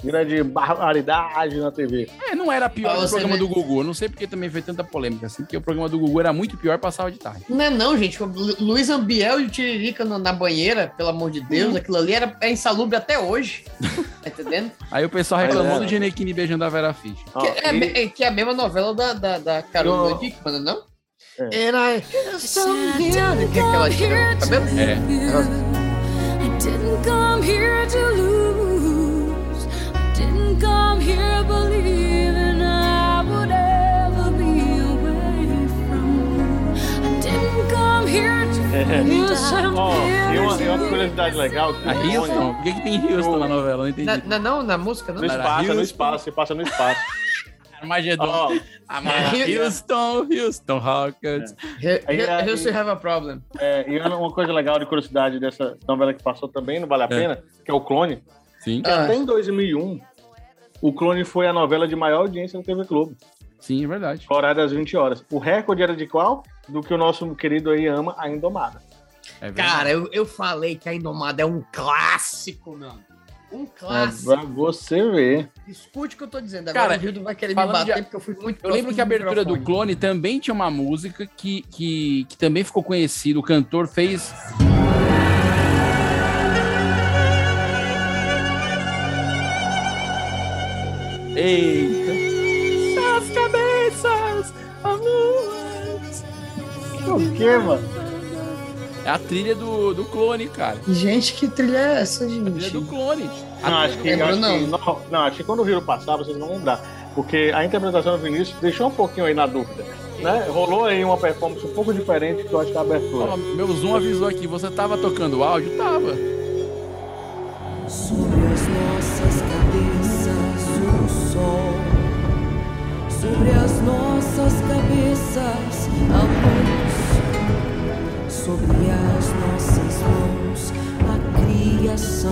C: Grande barbaridade na TV.
A: É, não era pior que
F: Pra
A: o
F: você
A: programa
F: ver.
A: do Gugu. Eu não sei porque também foi tanta polêmica assim, porque o programa do Gugu era muito pior e passava de tarde.
F: Não é não, gente. O Lu- Luiz Ambiel e o Tiririca na, na banheira, pelo amor de Deus, aquilo ali era, é insalubre até hoje. Tá entendendo?
A: Aí o pessoal
C: Mas é.
A: reclamou
C: era.
A: do Ginequini beijando a Vera Fischer.
C: Ó,
F: Que é,
C: e-
F: me- é- que é a mesma novela da, da, da Carolina
C: Eu-
F: Dickman, não?
C: É.
F: Era que que ela tira o cabelo?
A: É.
G: I didn't come here to lose. I didn't come here believing I would ever be away from you. I didn't come here to lose
C: Ó, e uma, e uma
G: something.
C: curiosidade legal que
A: A
C: o
A: Ah, Houston? Por que, que tem Houston na novela? Eu Não entendi.
F: Na, na- não, na música, não.
C: No
A: Era
C: espaço, é no
A: Houston.
C: espaço, se passa no espaço.
A: Armagedon.
C: Ó,
A: Armagedon. Houston, Houston Rockets.
F: Here,
C: Aí-
F: here,
C: aí-
F: here you have a problem.
C: é, e uma uma coisa legal de curiosidade dessa novela que passou também, não vale a pena, que é o Clone.
A: Sim,
F: Ah,
C: Até em 2001, o Clone foi a novela de maior audiência no TV Globo,
A: sim, é verdade.
C: com horário das 20 horas. O recorde era de qual? Do que o nosso querido aí ama, a Indomada. um
A: É verdade.
F: cara, eu, eu falei que a Indomada é um clássico, mano. Um
C: Ah,
F: clássico.
C: Pra você ver.
F: Escute o que eu tô dizendo.
A: Cara,
F: Agora o Gildo vai querer me
A: falando de-
F: bater porque eu um fui muito
A: Eu lembro que a abertura do
F: clube.
A: Clone também tinha uma música que, que, que também ficou conhecida. O cantor fez. Eita! As cabeças, as
C: Por quê, mano?
A: É a trilha do, do Clone, cara.
F: Gente, que trilha é essa,
A: A trilha
F: gente?
A: do Clone.
C: Não, acho que,
F: Lembrou,
C: acho que-
F: não.
C: não, não, acho que quando viram passar, vocês vão lembrar. Porque a interpretação do Vinícius deixou um pouquinho aí na dúvida. Né? Rolou aí uma performance um pouco diferente que eu acho que a abertura.
A: Ó, meu Zoom avisou aqui. Você tava tocando o áudio? Tava.
J: Sobre as nossas cabeças o sol, sobre as nossas cabeças a luz, sobre as nossas mãos a criação,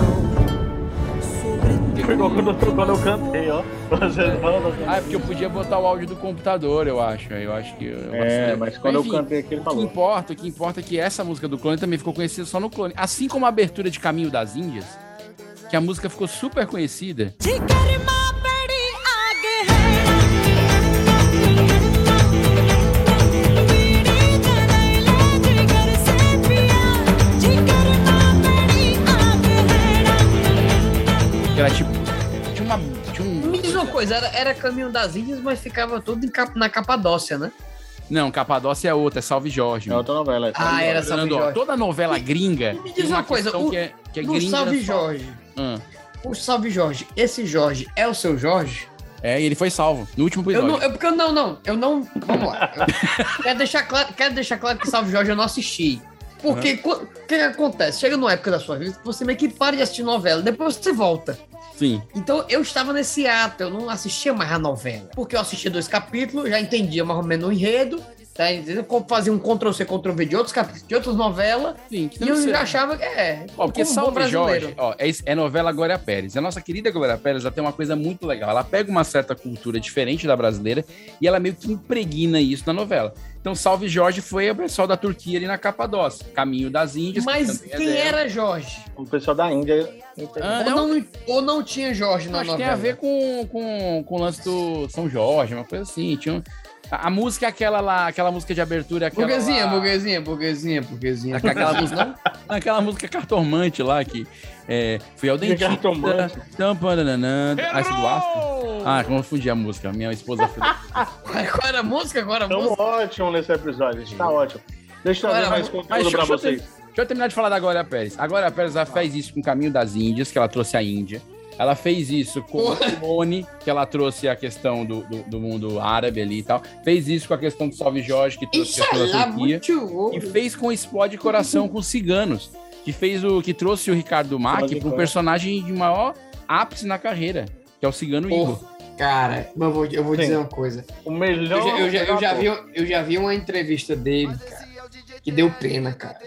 J: sobre
C: Pegou quando,
J: tudo
C: quando eu
J: que
C: cantei, ó. Vocês vão
A: Ah, é porque eu podia botar o áudio do computador, eu acho. Eu acho que. eu
C: É,
A: vacilei.
C: mas quando
A: Enfim,
C: eu cantei aqui, ele
A: O que
C: falou.
A: importa, o que importa é que essa música do Clone também ficou conhecida só no Clone. Assim como a abertura de Caminho das Índias, que a música ficou super conhecida. Que era tipo. Tinha uma. Tinha um,
F: Me diz uma coisa, era, era Caminho das Índias, mas ficava tudo em Cap- na Capadócia, né?
A: não, Capadócia é outra, é Salve Jorge.
C: É outra novela. essa.
F: Ah, era Salve
A: Fernando, ó,
F: Jorge.
A: toda novela gringa.
F: me diz
A: tem
F: uma coisa,
A: questão
F: o-
A: que é, que é
F: Do
A: gringa.
F: Salve
A: só-
F: Jorge.
A: Ah,
F: O Salve Jorge, esse Jorge é o seu Jorge?
A: é, e ele foi salvo no último
F: Eu
A: episódio.
F: não, eu, porque eu não, não, eu não. Vamos lá. Eu quero, deixar claro, quero deixar claro que Salve Jorge eu não assisti. Porque co- o que, que acontece? Chega numa época da sua vida que você meio que para de assistir novela, depois você volta.
A: Sim.
F: Então eu estava nesse ato, eu não assistia mais a novela. Porque eu assistia dois capítulos, já entendia mais ou menos o enredo, tá entendendo? Como Fazia um Ctrl C, Ctrl V de outros capítulos, de outras novelas.
A: Sim, que
F: E
A: não
F: eu
A: sei.
F: já achava que é.
A: Ó, porque
F: como bom
A: Salve
F: brasileiro.
A: Jorge, ó, é, é novela Glória Pérez. A nossa querida Glória Pérez, ela tem uma coisa muito legal. Ela pega uma certa cultura diferente da brasileira e ela meio que impregna isso na novela. Então, Salve Jorge foi o pessoal da Turquia ali na Capadócia. Caminho das Índias. que
F: Mas
A: também é
F: quem
A: dela.
F: era Jorge?
C: O pessoal da Índia.
A: Ah,
F: ou,
A: é um-
F: não, ou não tinha Jorge na
A: acho que
F: novela?
A: tem a ver com, com, com o lance do São Jorge, uma coisa assim. Tinha um- a, a música é aquela lá, aquela música de abertura. é Aquela
F: Burguesinha,
A: lá-
F: burguesinha, burguesinha, burguesinha.
A: É Aquela música, aquela música cartomante lá que é, fui ao dentista.
C: cartomante?
A: Então, pananã, ah, isso do Astro? Ah, confundi a música. Minha esposa foi.
F: Qual era a música? Agora a
C: Estamos
F: música?
C: ótimo nesse episódio, gente. Tá ótimo. Deixa eu
F: Olha,
C: trazer mais
F: mas-
A: Mas
C: conteúdo
A: deixa,
C: pra
A: deixa eu ter-
C: vocês.
A: deixa eu terminar de falar da Glória Pérez. A Glória Pérez ela fez isso com o Caminho das Índias, que ela trouxe a Índia. Ela fez isso com o Simone, que ela trouxe a questão do, do, do mundo árabe ali e tal. Fez isso com a questão do Salve Jorge, que trouxe a questão da
F: Inxalá,
A: Turquia.
F: é muito bom.
A: E fez com Explode Coração com os ciganos. Que fez o. que trouxe o Ricardo Mack
C: Explode
A: para um
C: Coração.
A: personagem de maior ápice na carreira, que é o cigano Igor.
F: Porra, Cara, mas eu vou, eu vou
C: Sim.
F: dizer uma coisa.
C: O melhor.
F: Eu já, eu já- eu já vi, eu já vi uma entrevista dele, cara, que deu pena, cara.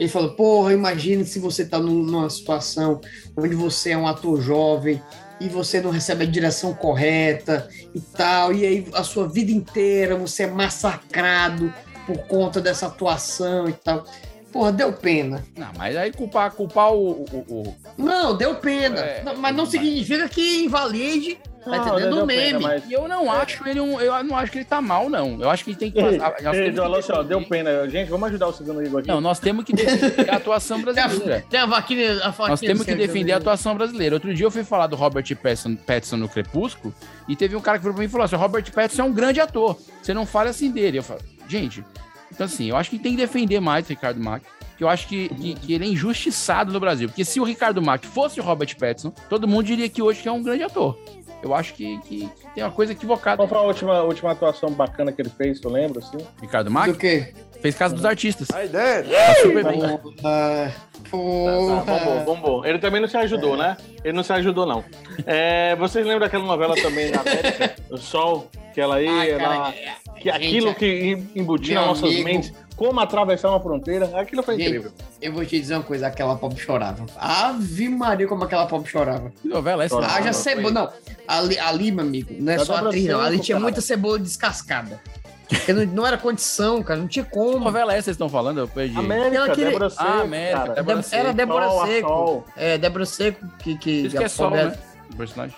F: Ele falou, porra, imagina se você tá num- numa situação onde você é um ator jovem e você não recebe a direção correta e tal, e aí a sua vida inteira você é massacrado por conta dessa atuação e tal. Porra, deu pena.
A: Não, mas aí culpar, culpar o. o- o-
F: Não, deu pena.
A: É,
F: Não, mas não significa que invalide.
C: Ah,
F: Tá
A: Não,
F: entendendo
C: Um
A: deu
F: o meme.
A: pena, mas- E eu não acho ele um. Eu não acho que ele tá mal, não. ah, Eu acho que ele tem que passar. nós
C: É. Ei,
A: temos
C: João
A: que
C: Alonso, ó, deu um pena. Gente, vamos ajudar o segundo Igor aqui.
A: Não, nós temos que defender a atuação
F: Tem a,
A: brasileira.
F: tem a vaquinha. A vaquinha
A: Nós temos
F: do
A: que
F: Sérgio
A: defender a atuação brasileira. Outro dia eu fui falar do Robert Pattinson, Pattinson no Crepúsculo e teve um cara que virou pra mim e falou assim, Robert Pattinson é um grande ator, você não fala assim dele. Eu falo, gente, então assim, eu acho que tem que defender mais o Ricardo Mack, que eu acho que, que, que ele é injustiçado no Brasil. Porque se o Ricardo Mack fosse o Robert Pattinson, todo mundo diria que hoje que é um grande ator. Eu acho que, que tem uma coisa equivocada.
C: Qual foi a última, a última atuação bacana que ele fez, tu lembra, assim?
A: Ricardo Mack
F: Do quê?
A: fez caso dos artistas.
H: A ideia.
A: Tá
H: é
A: super bem.
F: Ah,
C: Tá, bombou,
F: porra.
C: bombou. Ele também não se ajudou, né? Ele não se ajudou, não. É, vocês lembram daquela novela também da América? o Sol, que ela ia.
F: Ai, cara,
C: ela-
F: é-
C: que
F: gente,
C: aquilo que embutia
F: meu
C: nas nossas
F: amigo.
C: mentes, como atravessar uma fronteira, aquilo foi
F: Gente,
C: incrível.
F: Eu vou te dizer uma coisa, aquela pop chorava. Ave Maria, como aquela pop chorava.
A: Que novela é essa?
C: Chorava. Ah,
F: Haja
C: não,
F: cebola. Não, ali, ali, meu amigo, não é
C: Já
F: só
C: dá pra
F: atriz, não.
C: cinco,
F: Ali tinha
C: cara.
F: muita cebola descascada. Porque não, não era condição, cara, não tinha
A: Que
F: como.
A: novela é essa que vocês estão falando? Eu perdi.
C: América,
F: Ela queria-
C: Débora Seco,
A: Ah, América,
C: cara.
A: Débora
F: Deb-
A: Seco.
F: era Débora
C: Sol, a
F: Seco.
C: Sol.
F: É, Débora Seco, que. que,
A: Isso que é sol, né? O personagem.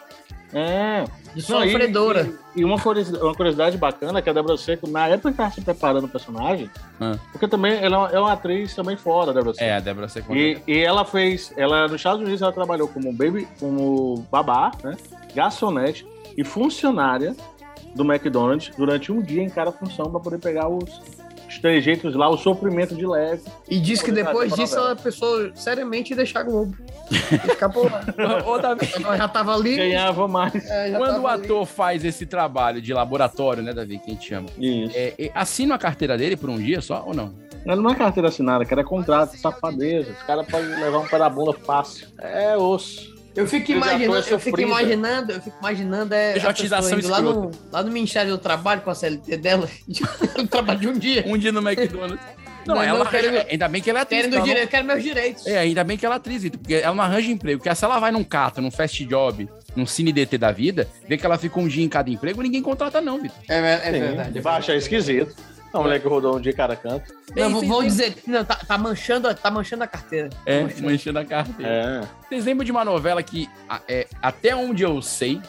C: É.
F: De
C: Não, e-
F: sofredora.
C: E, e uma, curiosidade, uma curiosidade bacana é que a Débora Seco, na época que estava se preparando o personagem,
A: Ah.
C: porque também ela é uma- é uma atriz também fora, a Débora Seco.
A: É, a Débora Seco.
C: E, e ela fez, ela nos Estados Unidos ela trabalhou como baby, como babá, né, garçonete e funcionária do McDonald's durante um dia em cada função para poder pegar os, os trejeitos lá, o sofrimento de leve.
F: E diz que depois
C: Obrigado,
F: disso
C: novela.
F: ela pensou seriamente em deixar a Globo. E Ficar por lá.
A: Ô, Davi,
F: Ela já tava ali.
C: Ganhava mais.
F: é, já
A: quando
F: tava
A: o
F: ali.
A: ator faz esse trabalho de laboratório, né, Davi, que a gente chama,
C: Isso.
A: é, é, assina a carteira dele por um dia só ou não?
C: Ela não é carteira assinada, cara, é contrato, safadeza. Os caras podem levar um pé na bunda fácil. É osso.
F: Eu fico
C: Ele já
F: imaginando,
C: foi
F: eu fico
C: sofrida.
F: imaginando, eu fico imaginando é, a pessoa
A: Pejotização
F: indo lá no, lá no Ministério do Trabalho com a CLT dela, no trabalho de um dia,
A: Um dia no McDonald's. Não,
F: Não,
A: ela
F: não, quero-
A: arranja- ainda bem que ela é atriz.
F: querendo
A: ela
C: tá
F: os
A: não-
F: direitos, quero meus direitos.
A: É, ainda bem que ela é atriz, Vitor, porque ela não arranja emprego. Porque se ela vai num cato, num fast job, num cine DT da vida, vê que ela fica um dia em cada emprego, ninguém contrata não, Vitor.
F: É, ver- é
C: Sim.
F: verdade.
C: Vai achar esquisito. A mulher que rodou um dia em cada canto.
F: Não,
A: Bem,
F: vão-
A: vocês
F: vão
A: lembram-
F: dizer, não, tá, tá manchando, a- tá manchando a carteira.
A: É, manchando a carteira.
C: É.
A: Vocês lembram de uma novela que, a- é, até onde eu sei,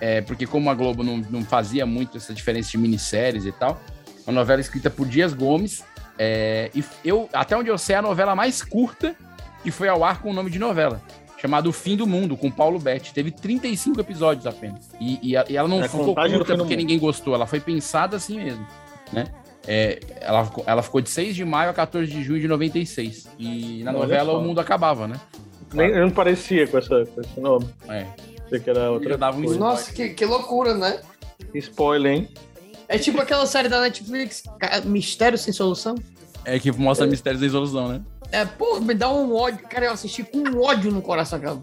A: é, porque como a Globo não, não fazia muito essa diferença de minisséries e tal, uma novela escrita por Dias Gomes, é, e f- eu, até onde eu sei, é a novela mais curta que foi ao ar com o nome de novela, chamado O Fim do Mundo, com Paulo Betti. Teve 35 episódios apenas. E, e a- e ela não
C: É,
A: ficou
C: contagem do
A: curta
C: fim do
A: porque
C: mundo.
A: ninguém gostou, ela foi pensada assim mesmo, né? É, ela, ficou- ela ficou de 6 de maio a 14 de junho de 96. E na
C: Olha
A: novela
C: só.
A: o mundo acabava, né?
C: Nem, eu não parecia com, essa, com esse nome.
A: É.
C: Achei que era outra
A: Já dava um
C: coisa.
F: Nossa, que, que loucura, né?
C: Spoiler, hein?
F: É tipo aquela série da Netflix, ca- Mistério Sem Solução.
A: É que mostra mistérios da resolução, né?
F: É, porra, me dá um ódio. Cara, eu assisti com um ódio no coração, cara.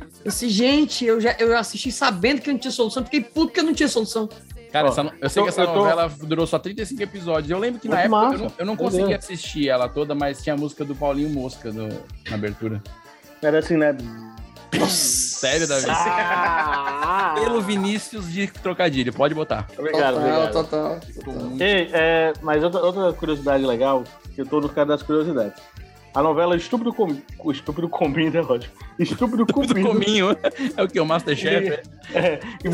F: Eu disse, gente, eu já eu assisti sabendo que não tinha solução, fiquei puto que eu não tinha solução.
A: Cara,
C: Ó,
A: essa no- eu sei
C: eu tô-
A: que essa
C: eu tô-
A: novela durou só 35 episódios. Eu lembro que na
C: Muito
A: época eu
C: massa.
A: não, eu não
C: Meu
A: consegui
C: Deus.
A: assistir ela toda, mas tinha a música do Paulinho Mosca no- na abertura.
C: Era assim, né?
A: Sério, Davi?
C: Ah.
A: Pelo Vinícius de Trocadilho, pode botar.
C: Obrigado, obrigado.
F: total, total.
C: Ei, é, mas outra, outra curiosidade legal, que eu tô no cara das curiosidades. A novela Estúpido, Com... Estúpido Comida, é ótimo. Estúpido
A: Do
C: Comida.
A: Cominho. É o que? O Masterchef? é?
C: É, em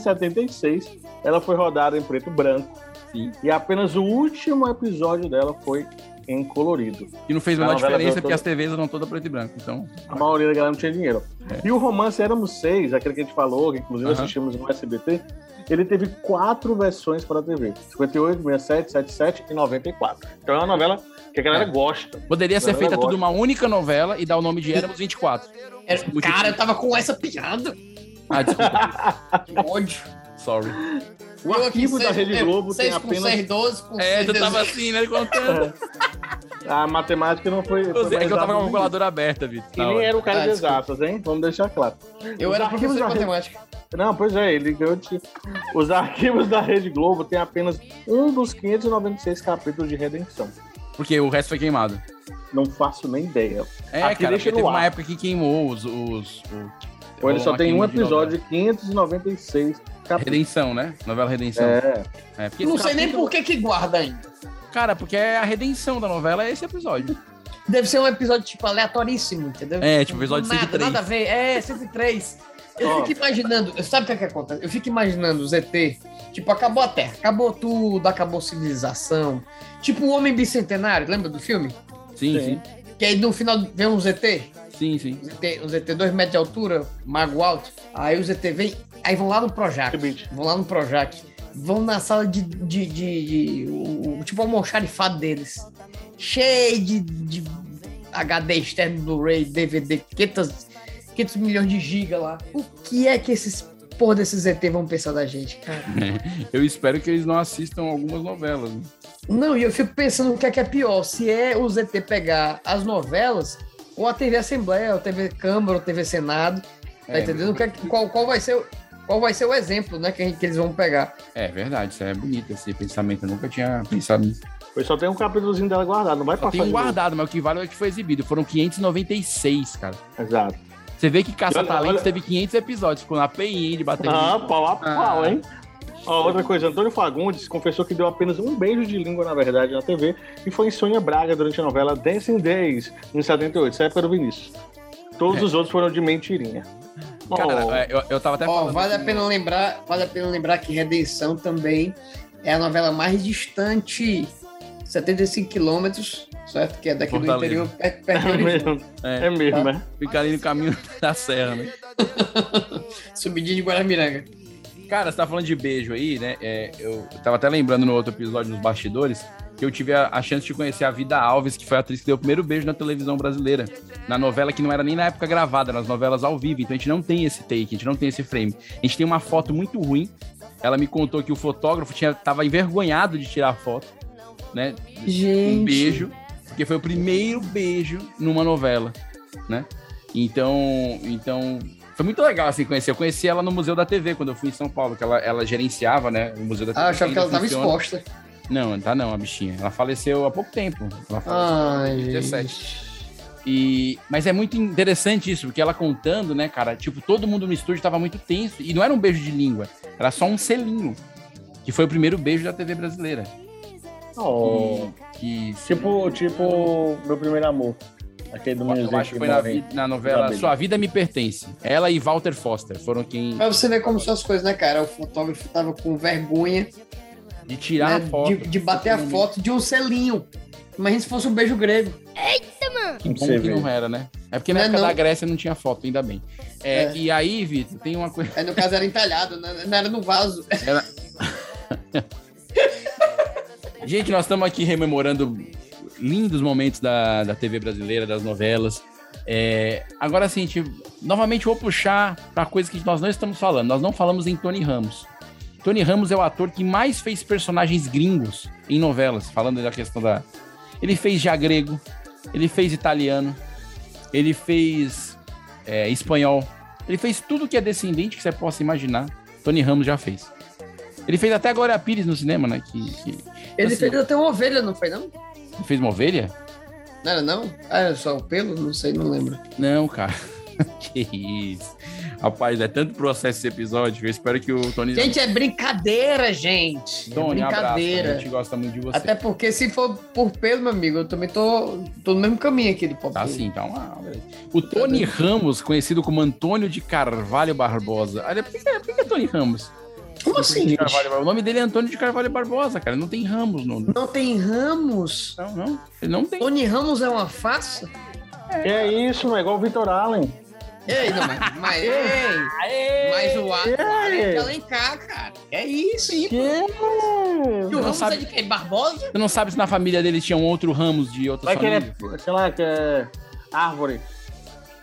C: 1976, ela foi rodada em preto e branco.
A: Sim.
C: E apenas o último episódio dela foi em colorido.
A: Que não fez a
C: A
A: menor
C: novela
A: diferença,
C: durou
A: porque as TVs eram todas preto e branco. Então,
C: A maioria da galera não tinha dinheiro. E o romance Éramos Seis, aquele que a gente falou, que inclusive
A: É.
C: um
A: Aham.
C: assistimos no SBT, ele teve quatro versões para a TV: 58, 67, 77 e 94. Então é uma novela que a galera
A: É.
C: gosta.
A: poderia ser
C: Novela
A: feita tudo
C: gótica.
A: uma única novela e dar o nome de Éramos 24.
F: Cara, eu tava com essa piada.
A: Ah, desculpa.
F: Que ódio.
A: Sorry.
C: O arquivo da Rede Globo tem
F: 6 com
C: apenas.
F: 6, 12 com
A: É,
F: 6,
A: tu tava assim, né? Contando.
C: A matemática não foi. foi
A: É que eu
C: exata
A: tava com a
C: nem-
A: calculadora aberta, Vitor.
C: E
A: na
C: nem
A: hora.
C: era o cara
F: Ah,
C: de
F: desculpa.
C: exatas, hein? Vamos deixar claro.
F: Eu
C: Os
F: era
C: arquivos
F: professor de
C: da Rede-
F: matemática.
C: Não, pois é, ele ganhou de... Os arquivos da Rede Globo têm apenas um dos 596 capítulos de redenção.
A: Porque o resto foi queimado.
C: Não faço nem ideia.
A: É,
C: Aqui
A: cara, porque
C: deixa no
A: teve uma
C: ar.
A: época que queimou os. os, os
C: Ou ele
A: rolou
C: só
A: uma
C: tem um
A: queima É de
C: episódio de 596
A: Redenção, né? Novela Redenção.
C: É.
A: É, porque
F: não
A: esse
F: sei nem
A: capítulo-
F: por que que guarda ainda.
A: Cara, porque é a redenção da novela é esse episódio.
F: Deve ser um episódio, tipo, aleatoríssimo, entendeu?
A: É, tipo, episódio
F: Do nada,
A: 103.
F: Nada a ver. É, 103. Eu
A: Ó.
F: fico imaginando, sabe o que, é que acontece? Eu fico imaginando os ET, tipo, acabou a Terra, acabou tudo, acabou civilização. Tipo o Homem Bicentenário, lembra do filme?
A: Sim, sim.
F: Que aí no final vem um ZT.
A: Sim, sim.
F: Os ZT, um ZT 2 metros de altura, mago alto. Aí o ZT vem, aí vão lá no Projac. Vão lá no Projac. Vão na sala de. de, de, de- o, o- tipo o almoxarifado deles. Cheio de, de HD externo, Blu-ray, DVD, 500, 500 milhões de giga lá. O que é que esses porra desses ZT vão pensar da gente, cara?
A: Eu espero que eles não assistam algumas novelas. né?
F: Não, e eu fico pensando o que é que é pior, se é o ZT pegar as novelas, ou a TV Assembleia, ou a TV Câmara, ou a TV Senado, tá
A: É,
F: entendendo? O que é que- qual, qual vai ser, o- qual vai ser o exemplo, né, que, a gente- que eles vão pegar.
A: É verdade, isso é bonito esse pensamento. Eu nunca tinha pensado nisso.
C: Eu só tenho um capítulozinho dela guardado, não vai
A: Só
C: passar.
A: tem um
C: de novo.
A: guardado, mas o que vale é o que foi exibido. Foram 596, cara.
C: Exato.
A: Você vê que
C: Olha,
A: Caça-Talentos
C: olha-
A: teve 500 episódios, ficou na PI de bater.
C: Ah, pau a pau, hein? Ah. Ó, outra coisa, Antônio Fagundes confessou que deu apenas um beijo de língua, na verdade, na TV, e foi em Sônia Braga durante a novela Dancing Days, em 78, essa época do Vinícius. Todos
A: É.
C: os outros foram de mentirinha. Oh. Ó,
A: Cara, é eu, eu tava até
F: Ó,
A: falando.
F: vale a
A: assim,
F: pena lembrar, vale a pena lembrar que Redenção também é a novela mais distante, 75 quilômetros, certo? Que é daqui do
A: Fortaleza.
F: interior, perto, perto de
C: É
F: Orizona.
C: mesmo, é mesmo, né?
A: Fica ali no caminho da serra, né?
F: Subidinho de Guaramiranga.
A: Cara, você tá falando de beijo aí, né? É, eu eu tava até lembrando no outro episódio, nos bastidores, que eu tive a, a chance de conhecer a Vida Alves, que foi a atriz que deu o primeiro beijo na televisão brasileira. Na novela que não era nem na época gravada, nas novelas ao vivo. Então a gente não tem esse take, a gente não tem esse frame. A gente tem uma foto muito ruim. Ela me contou que o fotógrafo tinha, tava envergonhado de tirar a foto, né?
F: Gente.
A: Um beijo, porque foi o primeiro beijo numa novela, né? Então, então foi muito legal assim conhecer. Eu conheci ela no Museu da TV quando eu fui em São Paulo, que ela, ela gerenciava, né, o Museu da TV.
F: Ah, eu achava que
A: ainda
F: ela tava
A: funciona.
F: exposta.
A: Não, não tá não, a bichinha. Ela faleceu há pouco tempo.
F: Ah.
A: Ela faleceu
F: Ai,
A: em 2017. E, mas é muito interessante isso, porque ela contando, né, cara, tipo, todo mundo no estúdio tava muito tenso. E não era um beijo de língua, era só um selinho. Que foi o primeiro beijo da TV brasileira.
C: Ó,
A: Que, que
C: tipo, tipo, meu primeiro amor. Aquele do
A: Eu
C: meninozinho
A: acho que foi na,
C: morre.
A: vi- na novela
C: Da
A: Sua Vida Me Pertence. Ela e Walter Foster foram quem.
F: Pra você ver como são as coisas, né, cara? O fotógrafo tava com vergonha
A: De tirar
F: né,
A: a foto.
F: De, de bater a foto de um selinho. Imagina se fosse um beijo grego.
A: Como
C: Você
A: que
C: vê.
A: não era, né? É porque na
F: Não é
A: época da
F: não.
A: Grécia não tinha foto, ainda bem. É, E aí, Vitor, tem uma coisa.
F: Aí, no caso, era entalhado, né? não era no vaso.
A: Ela- Gente, nós estamos aqui rememorando lindos momentos da, da TV brasileira, das novelas. É, agora, assim, a gente, novamente vou puxar para coisa que nós não estamos falando. Nós não falamos em Tony Ramos. Tony Ramos é o ator que mais fez personagens gringos em novelas, falando da questão da. Ele fez já grego, ele fez italiano, ele fez é, espanhol, ele fez tudo que é descendente que você possa imaginar. Tony Ramos já fez. Ele fez até agora a Pires no cinema, né? Que, que-
F: Ele
A: Assim.
F: fez até uma ovelha, não foi, não?
A: ele fez uma ovelha?
F: Não era, não? Ah, era só o pelo? Não sei, não lembro.
A: Não, cara. que isso. Rapaz, é tanto processo esse episódio que eu espero que o Tony.
F: Gente, é brincadeira, gente.
A: Tony,
F: é
A: um
F: brincadeira.
A: abraço. A gente gosta muito de você.
F: até porque se for por pelo, meu amigo, eu também tô, tô no mesmo caminho aqui do pop.
A: Tá sim, tá uma. O Tony Ramos, conhecido como Antônio de Carvalho Barbosa. Olha, por que, por que é Tony Ramos?
F: Como assim,
A: De
F: gente?
A: Carvalho Barbosa. O nome dele é Antônio de Carvalho Barbosa, cara. Não tem Ramos no. Não,
F: Não tem Ramos?
A: não. Ele não tem.
F: Tony Ramos é uma farsa?
C: É isso, não é igual o Vitor Allen.
F: Ei, não, mas, mas, ei, mas o ato é de Alencar, cara. É isso, hein? pô. E o
A: Não
F: Ramos
A: sabe-
F: é de quem? Barbosa?
A: Você não sabe se na família dele tinha um outro Ramos de outra
C: Vai que
A: família.
C: ele é, sei lá, que é árvore.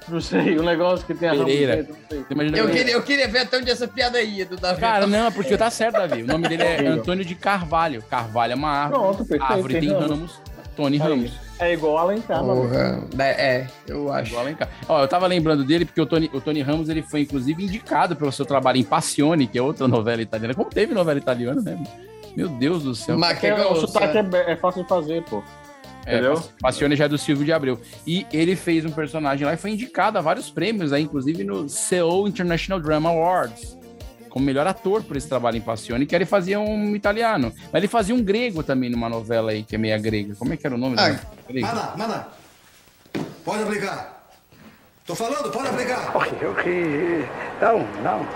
C: Não sei, o negócio que tem a
A: Pereira.
C: ramo dentro, não sei.
A: Você imagina
F: Eu
A: que-
F: queria, eu queria ver até onde essa piada ia do Davi.
A: Cara, não, é porque tá certo, Davi. O nome dele é
C: Horrível.
A: Antônio de Carvalho. Carvalho é uma árvore.
C: Pronto, perfeito,
A: árvore
C: tem
A: tem
C: Ramos.
A: ramos. Tony
C: Aí,
A: Ramos.
C: É igual Alencar, mano.
F: Porra. É, é, eu acho.
A: Igual Alencar. Ó, eu tava lembrando dele porque o Tony, o Tony Ramos ele foi inclusive indicado pelo seu trabalho em Passione, que é outra novela italiana. Como teve novela italiana, né? Meu Deus do céu.
F: Mas que
C: É, o
F: grossa.
C: sotaque é, be- é fácil de fazer, pô.
A: É,
C: Entendeu?
A: Pass- Passione já é do Silvio de Abreu. E ele fez um né? personagem lá e foi indicado a vários prêmios, aí, inclusive no Seoul International Drama Awards. como melhor ator por esse trabalho em Passione, que era ele fazia um italiano. Mas ele fazia um grego também numa novela aí, que é meia grega. Como é que era o nome
F: Ah,
K: Ai, Manda, manda. Pode aplicar. Tô falando, pode aplicar.
L: Ok, ok. Não, não.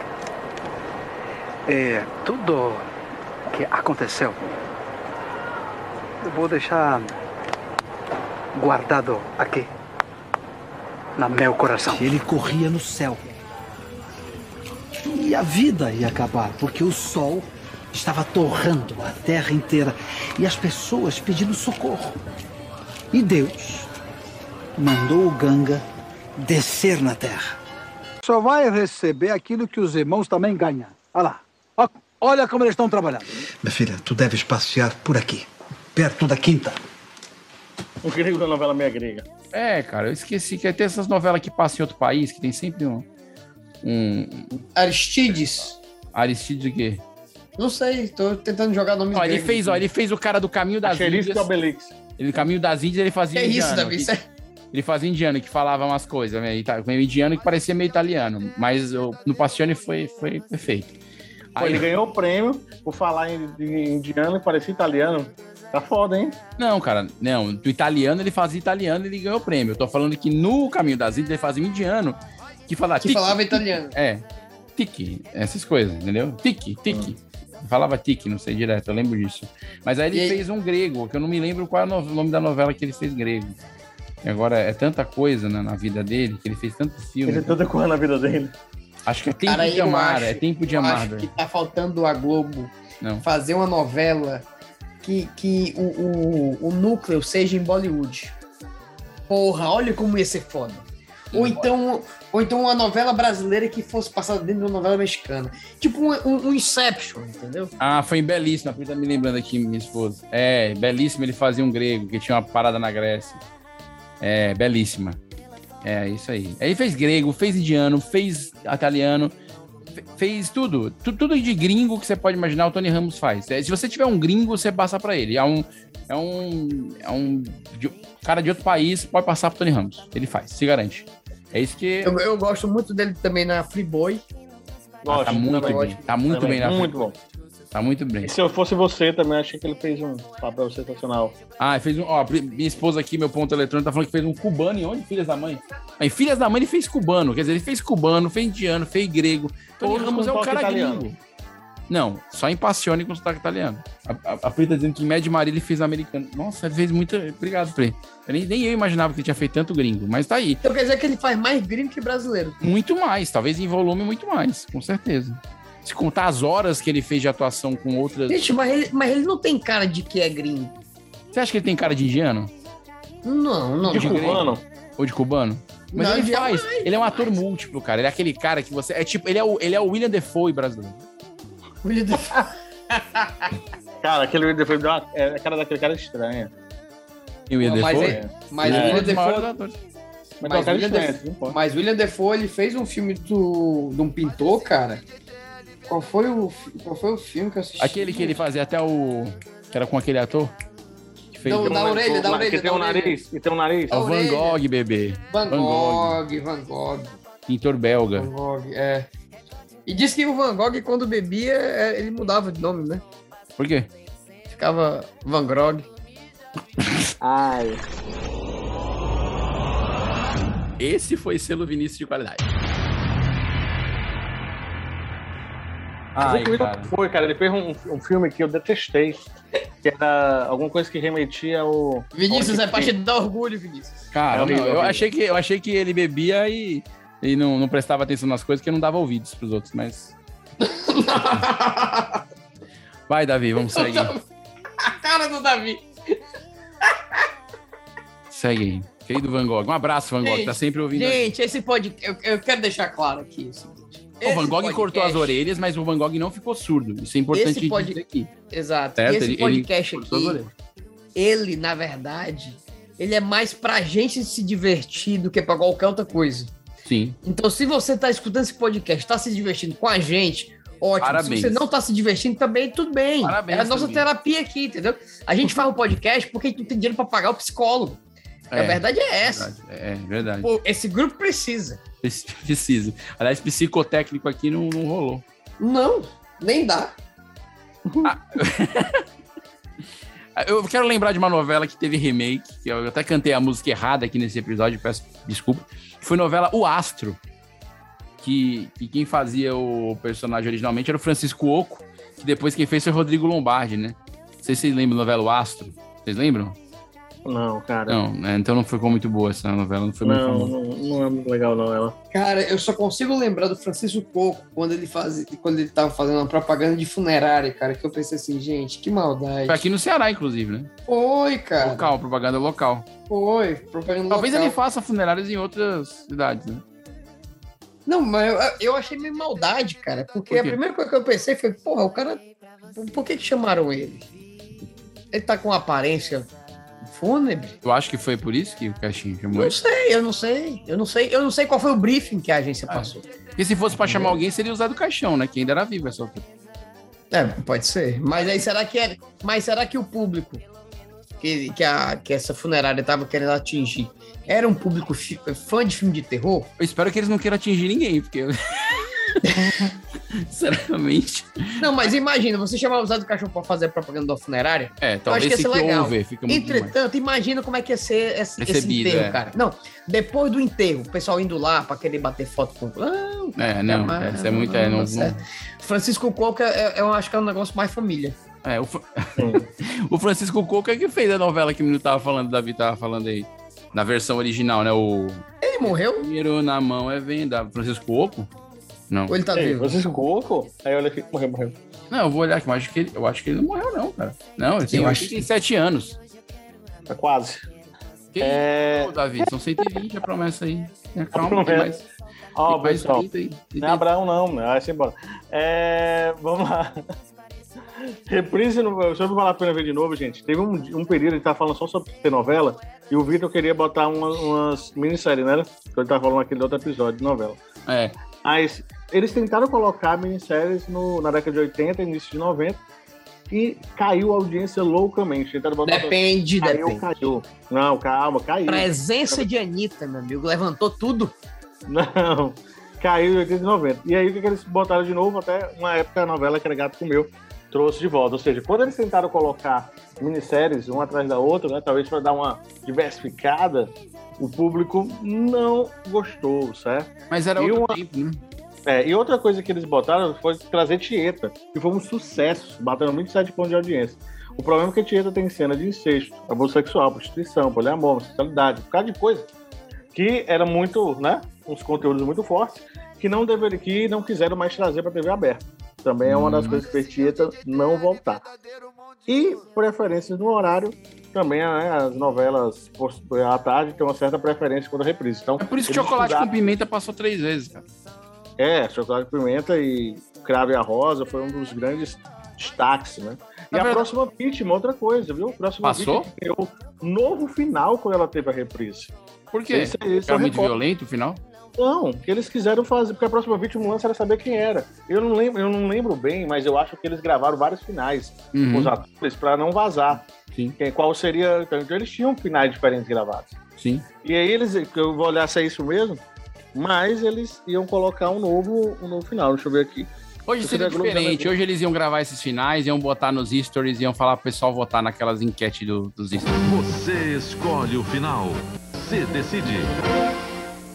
L: É, tudo que aconteceu, eu vou deixar guardado aqui, na meu coração.
M: Ele corria no céu. E a vida ia acabar, porque o sol estava torrando a terra inteira e as pessoas pedindo socorro. E Deus mandou o Ganga descer na terra.
N: Só vai receber aquilo que os irmãos também ganham. Olha lá. Ó- Olha como eles estão trabalhando.
M: Minha filha, tu deves passear por aqui, perto da quinta.
C: O grego da novela meia grega.
A: É, cara, eu esqueci que tem essas novelas que passam em outro país, que tem sempre um. um...
F: Aristides?
A: Aristides o quê?
F: Não sei, tô tentando jogar nome
A: Ó, ele fez, ó, ele fez o cara do Caminho das
F: Achei
C: é
A: Índias.
F: da Obelix.
A: Ele, no Caminho das Índias, ele fazia
F: Que isso,
A: indiano.
F: Davi, isso é-
A: Ele fazia indiano, que falava umas coisas, meio, ita- meio indiano que parecia meio italiano. Mas o- no Passione foi, foi perfeito.
C: Pô, ele ganhou o prêmio por falar em, em indiano e parecia italiano. Tá foda, hein?
A: Não, cara, não. Do italiano ele fazia italiano e ele ganhou o prêmio. Eu tô falando que no Caminho das Índias ele fazia um indiano que falava.
F: Que
A: "Tiki,
F: falava
A: tiki".
F: italiano.
A: É. Tique, essas coisas, entendeu? Tique, tique. Falava tique, não sei direto, eu lembro disso. Mas aí ele
F: Ah. E-
A: fez um grego, que eu não me lembro qual é o no- nome da novela que ele fez grego. E agora é tanta coisa né, na vida dele, que ele fez tanto filme.
F: Ele é tanta coisa na
C: vida dele.
A: Acho que é Tempo
F: Cara,
A: de
F: eu
A: Amar,
F: acho-
A: é Tempo de
F: eu
A: Amar.
F: Acho que
A: velho.
F: tá faltando a Globo
A: Não.
F: fazer uma novela que, que o, o, o núcleo seja em Bollywood. Porra, olha como ia ser foda. Ou então, ou então uma novela brasileira que fosse passada dentro de uma novela mexicana. Tipo um, um- um Inception, entendeu?
A: Ah, foi em Belíssima, porque tá me lembrando aqui, minha esposa. É, Belíssima ele fazia um grego, que tinha uma parada na Grécia. É, Belíssima. É, isso aí. Aí fez grego, fez indiano, fez italiano, fe- fez tudo. Tu- Tudo de gringo que você pode imaginar, o Tony Ramos faz. É, se você tiver um gringo, você passa pra ele. É um. É um. É um de- cara de outro país, pode passar pro Tony Ramos. Ele faz, se garante. É isso que.
F: Eu, eu gosto muito dele também na Freeboy.
A: Ah, tá muito
C: também.
A: bem. Tá muito
C: Também,
A: bem na
C: Muito bom.
A: Tá muito bem.
C: E se eu fosse você também, achei que ele fez um papel sensacional.
A: Ah, fez um. Ó, pri- minha esposa aqui, meu ponto eletrônico, tá falando que fez um cubano em onde? Filhas da Mãe? Em Filhas da Mãe ele fez cubano, quer dizer, ele fez cubano, fez indiano, fez grego. Tony
C: Todos
A: Ramos
C: com
A: é um
C: toque
A: cara
C: italiano.
A: gringo. Não, só em Passione com sotaque italiano. A, a, a Pri tá dizendo que em Média Maria ele fez americano. Nossa, fez muito. Obrigado, Pri. Eu nem, nem eu imaginava que ele tinha feito tanto gringo, mas tá aí.
F: Então quer dizer que ele faz mais gringo que brasileiro.
A: Muito mais, talvez em volume muito mais, com certeza. Se contar as horas que ele fez de atuação com outras.
F: Gente, mas ele, mas ele não tem cara de que é gringo.
A: Você acha que ele tem cara de indiano?
F: Não, não.
A: De
C: Tipo,
A: cubano? Ou de cubano? Mas
F: Não,
A: ele
F: jamais,
A: faz. ele é um ator múltiplo, cara. Ele é aquele cara que você. É tipo, ele é o, ele é o William Defoe brasileiro.
F: William
C: Cara, aquele William Defoe deu uma- é, a cara daquele cara estranha.
A: E o William
F: Não, mas
A: Defoe?
F: é- mas
A: Ele
F: o William
A: um dos maiores
F: Defoe-
A: atores.
C: Mas
F: Mas
C: é um cara
F: William,
C: diferente,
F: Def-
C: não
F: mas William Defoe, ele fez um filme do, de um pintor, cara. Qual foi, o, fi- qual foi o filme que eu assisti?
A: Aquele que ele fazia até o. Que era com aquele ator. Que
C: um
A: fez.
F: Não, da orelha, da orelha,
C: Que tem
F: da
C: um
F: orelha.
C: nariz, e tem um nariz.
A: É o Van Gogh, bebê.
F: Van Gogh, Van Gogh,
A: Pintor belga.
F: Van Gogh, é. E diz que o Van Gogh, quando bebia, é, ele mudava de nome, né?
A: Por quê?
F: Ficava Van Gogh.
C: Ai.
A: Esse foi selo Vinícius de qualidade.
C: Ai,
A: Ai, cara.
C: Foi, cara, ele fez um, um filme que eu detestei, que era alguma coisa que remetia ao...
F: Vinícius,
C: ao-
F: é pra te dar orgulho, Vinícius.
A: Cara,
C: É horrível,
A: não, eu,
C: horrível.
A: achei que, eu achei que ele bebia e, e não, não prestava atenção nas coisas, que não dava ouvidos pros outros, mas. Vai, Davi, vamos seguir.
F: A cara do Davi.
A: Segue aí. Querido Van Gogh. Um abraço, Van Gogh. Tá sempre ouvindo. a
F: Gente, esse podcast. Eu, eu quero deixar claro aqui o seguinte.
A: gente. o Van
F: Esse
A: Gogh cortou
F: podcast-
A: as orelhas, mas o Van Gogh não ficou surdo. Isso é importante
F: Esse
A: dizer
F: pod-
A: aqui.
F: Exato.
A: Certo,
F: E esse
A: ele- ele
F: podcast
A: cortou as
F: aqui,
A: orelhas.
F: ele, na verdade, ele é mais pra gente se divertir do que pra qualquer outra coisa.
A: Sim.
F: Então, se você tá escutando esse podcast, tá se divertindo com a gente, ótimo.
A: Parabéns.
F: Se você não tá se divertindo também, tudo bem.
A: Parabéns
F: é a nossa
A: também.
F: terapia aqui, entendeu? A gente faz o podcast porque a gente não tem dinheiro pra pagar o psicólogo.
A: É,
F: a verdade é essa.
A: Verdade, É, é verdade.
F: Pô, esse grupo precisa.
A: Preci- Precisa. Aliás, psicotécnico aqui não, não rolou.
F: Não, nem dá.
A: Ah, Eu quero lembrar de uma novela que teve remake, que eu até cantei a música errada aqui nesse episódio, peço desculpa. que Foi novela O Astro, que, que quem fazia o personagem originalmente era o Francisco Oco, que depois quem fez foi o Rodrigo Lombardi, né? Não sei se vocês lembram da novela O Astro. Vocês lembram?
C: Não, cara.
A: Não, né? Então não ficou muito boa essa novela, não foi muito
C: Não,
A: famosa.
C: não, não é muito legal, não, ela.
F: Cara, eu só consigo lembrar do Francisco Coco quando ele faz, quando ele tava fazendo uma propaganda de funerária, cara, que eu pensei assim, gente, que maldade.
A: Foi aqui no Ceará, inclusive, né?
F: Foi, cara.
A: Local, propaganda local.
F: Foi, propaganda
A: Talvez
F: local.
A: ele faça funerárias em outras cidades, né?
F: Não, mas eu, eu achei meio maldade, cara, porque
A: Por
F: a
A: quê?
F: primeira coisa que eu pensei foi, porra, o cara, por- por que que chamaram ele? Ele tá com uma aparência fúnebre?
A: Eu acho que foi por isso que o Caixinho chamou
F: Não
A: ele.
F: sei, eu não sei, eu não sei, eu não sei qual foi o briefing que a agência passou.
A: Porque se fosse pra chamar alguém, seria usar do caixão, né? Que ainda era vivo essa altura.
F: É, pode ser. Mas aí será que é, mas será que o público que, que, a, que essa funerária estava querendo atingir era um público fi- fã de filme de terror?
A: Eu espero que eles não queiram atingir ninguém, porque. Sinceramente.
F: Não, mas imagina, você chamar o Zé do Cachorro para fazer a propaganda da funerária?
A: É,
F: Eu
A: talvez
F: acho que ia ser
A: fique
F: legal.
A: over, fica muito
F: Entretanto, imagina como é que ia ser esse, esse
A: Recebido,
F: enterro,
A: é.
F: cara. Não, depois do enterro, o pessoal indo lá para querer bater foto com Ah, o
A: É, não,
F: Mas-
A: essa é muito. É, não, não-
F: certo. Francisco Coca, é- é- eu acho que é um negócio mais família.
A: é, o, Fra- o Francisco Coca que fez a novela que o menino tava falando, o Davi tava falando aí. Na versão original, né? O.
F: Ele morreu?
A: Dinheiro na mão é venda. Francisco Oco? Não.
F: Ou ele tá
C: Ei,
F: vivo?
C: Francisco Coco? Aí olha aqui, morreu, morreu.
A: Não, eu vou olhar aqui, mas acho que ele, eu acho que ele não morreu, não, cara. Não, ele tem
C: Eu acho
A: 87 anos.
C: Tá quase.
A: Que
C: É...
A: isso, Davi? São 120 a promessa aí. Tenha Calma, tem
C: Promessa.
A: mais.
C: Ó,
A: tem mais
C: pessoal.
A: 30 aí.
C: Não é Abraão, não, né? Vai ser embora. É, vamos lá. Reprise, no, sobre falar a pena ver de novo, gente. Teve um, um período, ele tava falando só sobre telenovela, e o Vitor queria botar uma, umas minisséries, né? Que ele tava falando aquele outro episódio de novela.
A: É.
C: Mas eles tentaram colocar minisséries no, na década de 80, início de 90, e caiu a audiência loucamente. Tentaram botar
F: Depende,
C: tá- caiu,
F: depende.
C: Caiu. Não, calma, caiu.
F: Presença de Anitta, meu amigo, levantou tudo.
C: Não. Caiu em 80 e 90. E aí o que, que eles botaram de novo? Até uma época a novela que era Gato Comeu trouxe de volta. Ou seja, quando eles tentaram colocar minisséries uma atrás da outra, né, talvez para dar uma diversificada, o público não gostou, certo?
A: Mas era
C: e
A: outro
C: uma-
A: tempo, né?
C: é, e outra coisa que eles botaram foi trazer Tieta, que foi um sucesso, batendo 27 pontos de audiência. O problema é que Tieta tem cena de incesto, abuso sexual, prostituição, poliamor, homossexualidade, por causa de coisa que era muito, né, uns conteúdos muito fortes, que não deveria, que não quiseram mais trazer para TV aberta. Também é uma das coisas que fez Tieta não voltar. E preferências no horário, também né, as novelas pos- à tarde têm uma certa preferência quando a reprise. Então,
A: É por isso que
C: eles
A: Chocolate
C: estudaram-
A: com Pimenta passou três vezes, cara.
C: é, Chocolate e Pimenta e Crave a Rosa foi um dos grandes destaques, né? E a próxima vítima, outra coisa, viu? A próxima
A: Passou?
C: vítima ganhou novo final quando ela teve a reprise.
A: Por quê?
C: Esse- esse é
A: era
C: o
A: muito
C: recorde.
A: violento o final?
C: Não, que eles quiseram fazer, porque a próxima vítima o lance era saber quem era. Eu não lembro, eu não lembro bem, mas eu acho que eles gravaram vários finais
A: Uhum.
C: com os atores para não vazar. Quem- Qual seria. Então eles tinham finais diferentes gravados.
A: Sim.
C: E aí eles, que eu vou olhar se é isso mesmo, mas eles iam colocar um novo, um novo final. Deixa eu ver aqui.
A: Hoje
C: Eu
A: seria
C: queria Globo
A: diferente.
C: Televisão.
A: Hoje eles iam gravar esses finais, iam botar nos stories, iam falar pro pessoal votar naquelas enquetes do- dos stories.
O: Você escolhe o final. Se decide.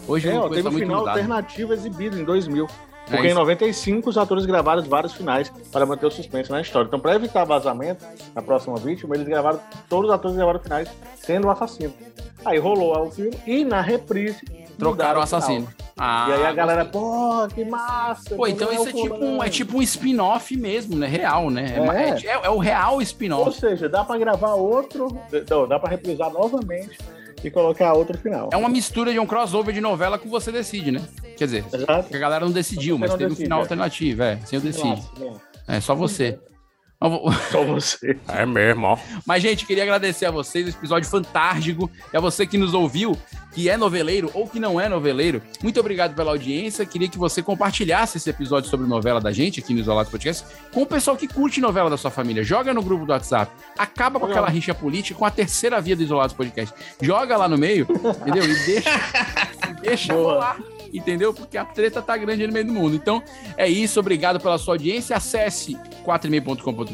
A: Hoje
C: É,
A: uma
C: ó,
A: coisa
C: teve
A: tá
C: um
A: muito
C: final
A: mudada. É
C: alternativo exibido em 2000. Porque em
A: isso.
C: 95 os atores gravaram vários finais para manter o suspense na história. Então, para evitar vazamento na próxima vítima, eles gravaram, todos os atores gravaram finais sendo o assassino. Aí rolou o filme e na reprise mudaram
A: Trocaram o assassino.
C: final.
A: Ah,
C: né, e aí a galera, pô, que massa!
A: Pô, então isso é tipo,
C: né?
A: um, é tipo um spin-off mesmo, né? Real, né? É, é- é o real spin-off.
C: Ou seja, dá para gravar outro, não, dá para reprisar novamente e colocar outro final.
A: é uma mistura de um crossover de novela com Você Decide, né? Quer dizer, que a galera não decidiu,
C: Você
A: mas
C: não
A: teve um
C: decide,
A: final
C: é.
A: alternativo, é. Sem eu decide. É, só você.
C: né? Só você.
A: É mesmo, ó. Mas, gente, queria agradecer a vocês esse episódio fantástico. E a você que nos ouviu, que é noveleiro ou que não é noveleiro, muito obrigado pela audiência. Queria que você compartilhasse esse episódio sobre novela da gente aqui no Isolados Podcast com o pessoal que curte novela da sua família. Joga no grupo do WhatsApp. Acaba com aquela rixa política com a terceira via do Isolados Podcast. Joga lá no meio, entendeu? E deixa, e deixa rolar. entendeu? Porque a treta tá grande no meio do mundo. Então, é isso. Obrigado pela sua audiência. Acesse 4email.com.br,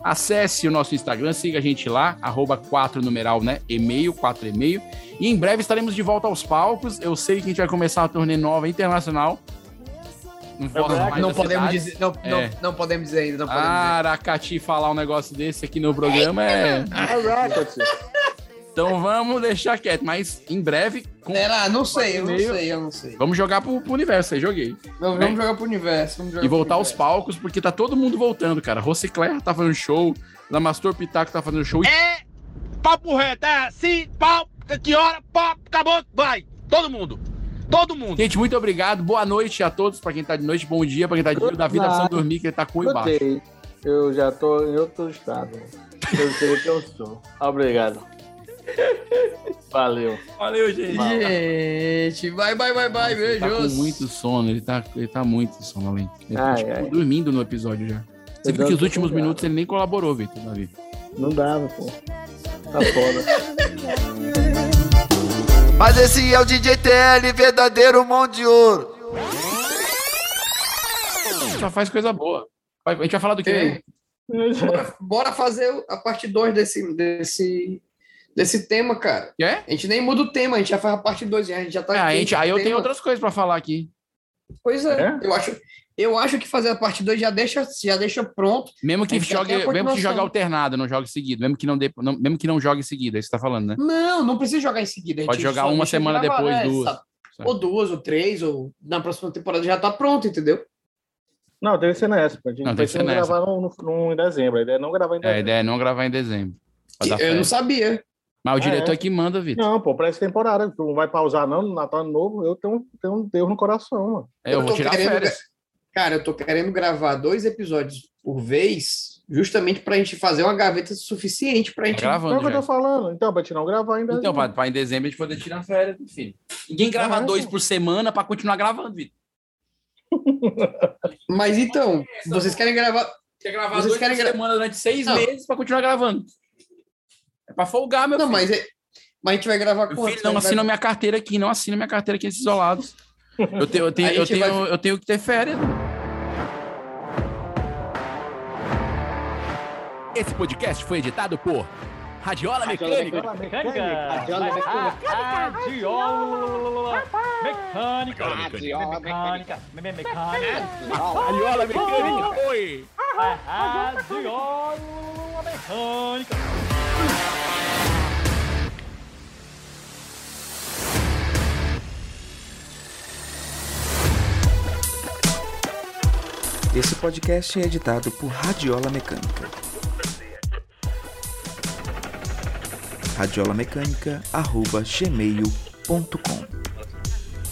A: acesse o nosso Instagram, siga a gente lá, arroba 4 numeral, né? E-mail, 4 e-mail. E em breve estaremos de volta aos palcos. Eu sei que a gente vai começar uma turnê nova internacional. Em várias
F: Não podemos,
A: cidades.
F: dizer, não,
A: É. Ah.
F: não, não podemos dizer ainda, não podemos dizer.
A: Aracati falar um negócio desse aqui no programa é.
C: Aracati.
A: Então vamos deixar quieto, mas em breve. Com...
F: Será? Não sei, eu não
A: Meio-
F: sei, eu não sei.
A: Vamos jogar pro, pro universo aí, joguei.
F: Vamos,
A: Né?
F: vamos jogar pro universo, vamos jogar
A: E voltar
F: pro
A: aos
F: universo.
A: palcos, porque tá todo mundo voltando, cara. Rocicler tá fazendo show, Lamastor Pitaco tá fazendo show. É!
P: Papo reto, é assim, pau, que hora, pau, acabou, vai, todo mundo. Todo mundo.
A: Gente, muito obrigado. Boa noite a todos. Pra quem tá de noite, bom dia. Pra quem tá de dia, o Davi tá precisando dormir, que ele tá com o embaixo.
C: Gostei. Eu já tô em outro estado. Eu sei que eu sou. Obrigado. Valeu.
A: Valeu, gente.
F: Gente, vai, vai, vai, vai,
A: Ele tá com
F: beijos.
A: muito sono, ele tá, ele tá muito sonolento. Ele tá
C: Ai,
A: tipo,
C: ai.
A: dormindo no episódio já. Você
C: Eu
A: viu que
C: tô
A: os últimos
C: ligado.
A: minutos ele nem colaborou, Vitor, Davi.
C: Não dava, pô. Tá foda.
E: Mas esse é o DJ TL, verdadeiro mão de ouro.
A: Só faz coisa boa. Vai- A gente vai falar do quê?
F: Bora, bora fazer o- a parte 2 desse, desse, desse tema, cara.
A: É?
F: A gente nem muda o tema, a gente já faz a parte 2, a gente já tá
A: Ah, a
F: aqui
A: gente- aí eu
F: com o
A: tenho
F: tema.
A: outras coisas pra falar aqui.
F: Pois é,
A: É?
F: Eu, acho, eu acho que fazer a parte 2 já deixa, já deixa pronto.
A: Mesmo que,
F: A gente já
A: jogue,
F: tem a
A: mesmo que
F: continuação.
A: jogue alternado, não jogue seguido. Mesmo que não, dê, não- mesmo que não jogue seguido, é isso que você tá falando, né?
F: Não, não precisa jogar em seguida. a
A: Pode
F: gente
A: jogar
F: só
A: uma
F: deixa
A: semana
F: gravado,
A: depois,
F: é,
A: duas.
F: sabe? Ou duas, ou três, ou na próxima temporada já tá pronto, entendeu?
C: Não, deve ser nessa. pô. A gente
A: Não,
C: não,
A: tem que
C: deve
A: ser nessa.
C: gravar no, no- em dezembro. A ideia é não gravar em
A: É, a
C: dezembro.
A: ideia é não gravar em dezembro. Pra dar
F: Eu não
A: férias.
F: sabia.
A: Mas o
C: Ah,
A: diretor
C: é?
A: é que manda, Vitor.
C: Não, pô, pra essa temporada. Tu não vai pausar, não, no Natal Ano Novo. Eu tenho, tenho um Deus no coração, mano.
A: É, eu vou
F: tô
A: tirar
F: querendo-
A: férias.
F: Cara, eu tô querendo gravar dois episódios por vez, justamente pra gente fazer uma gaveta suficiente pra gente.
A: Tá gravando
C: é o que eu tô falando. Então, pra te não gravar ainda.
A: Então, pra, pra em dezembro a gente poder tirar férias, filho. Ninguém grava
C: Caralho.
A: dois por semana pra continuar gravando, Vitor.
F: Mas então, vocês querem gravar.
A: Quer gravar
F: Vocês
A: dois
F: querem
A: por
F: gra-
A: semana durante seis
F: Não.
A: meses pra continuar gravando. É pra folgar, meu
F: Não,
A: filho.
F: mas, é- mas a gente vai gravar
A: Meu
F: quanto?
A: filho, não
F: Vai-
A: assina minha carteira aqui, não assina minha carteira aqui, esses isolados. Eu tenho, eu tenho,
F: A
A: eu
F: gente
A: tenho,
F: vai-
A: eu tenho que ter férias. Esse podcast foi editado por Radiola Mecânica.
P: Mecânica. Radiola mecânica. Radiola mecânica. Me- me- Mecânica.
A: Radiola mecânica. Oi.
P: Radiola mecânica.
Q: Esse podcast é editado por Radiola Mecânica. radiolamecânica.gmail.com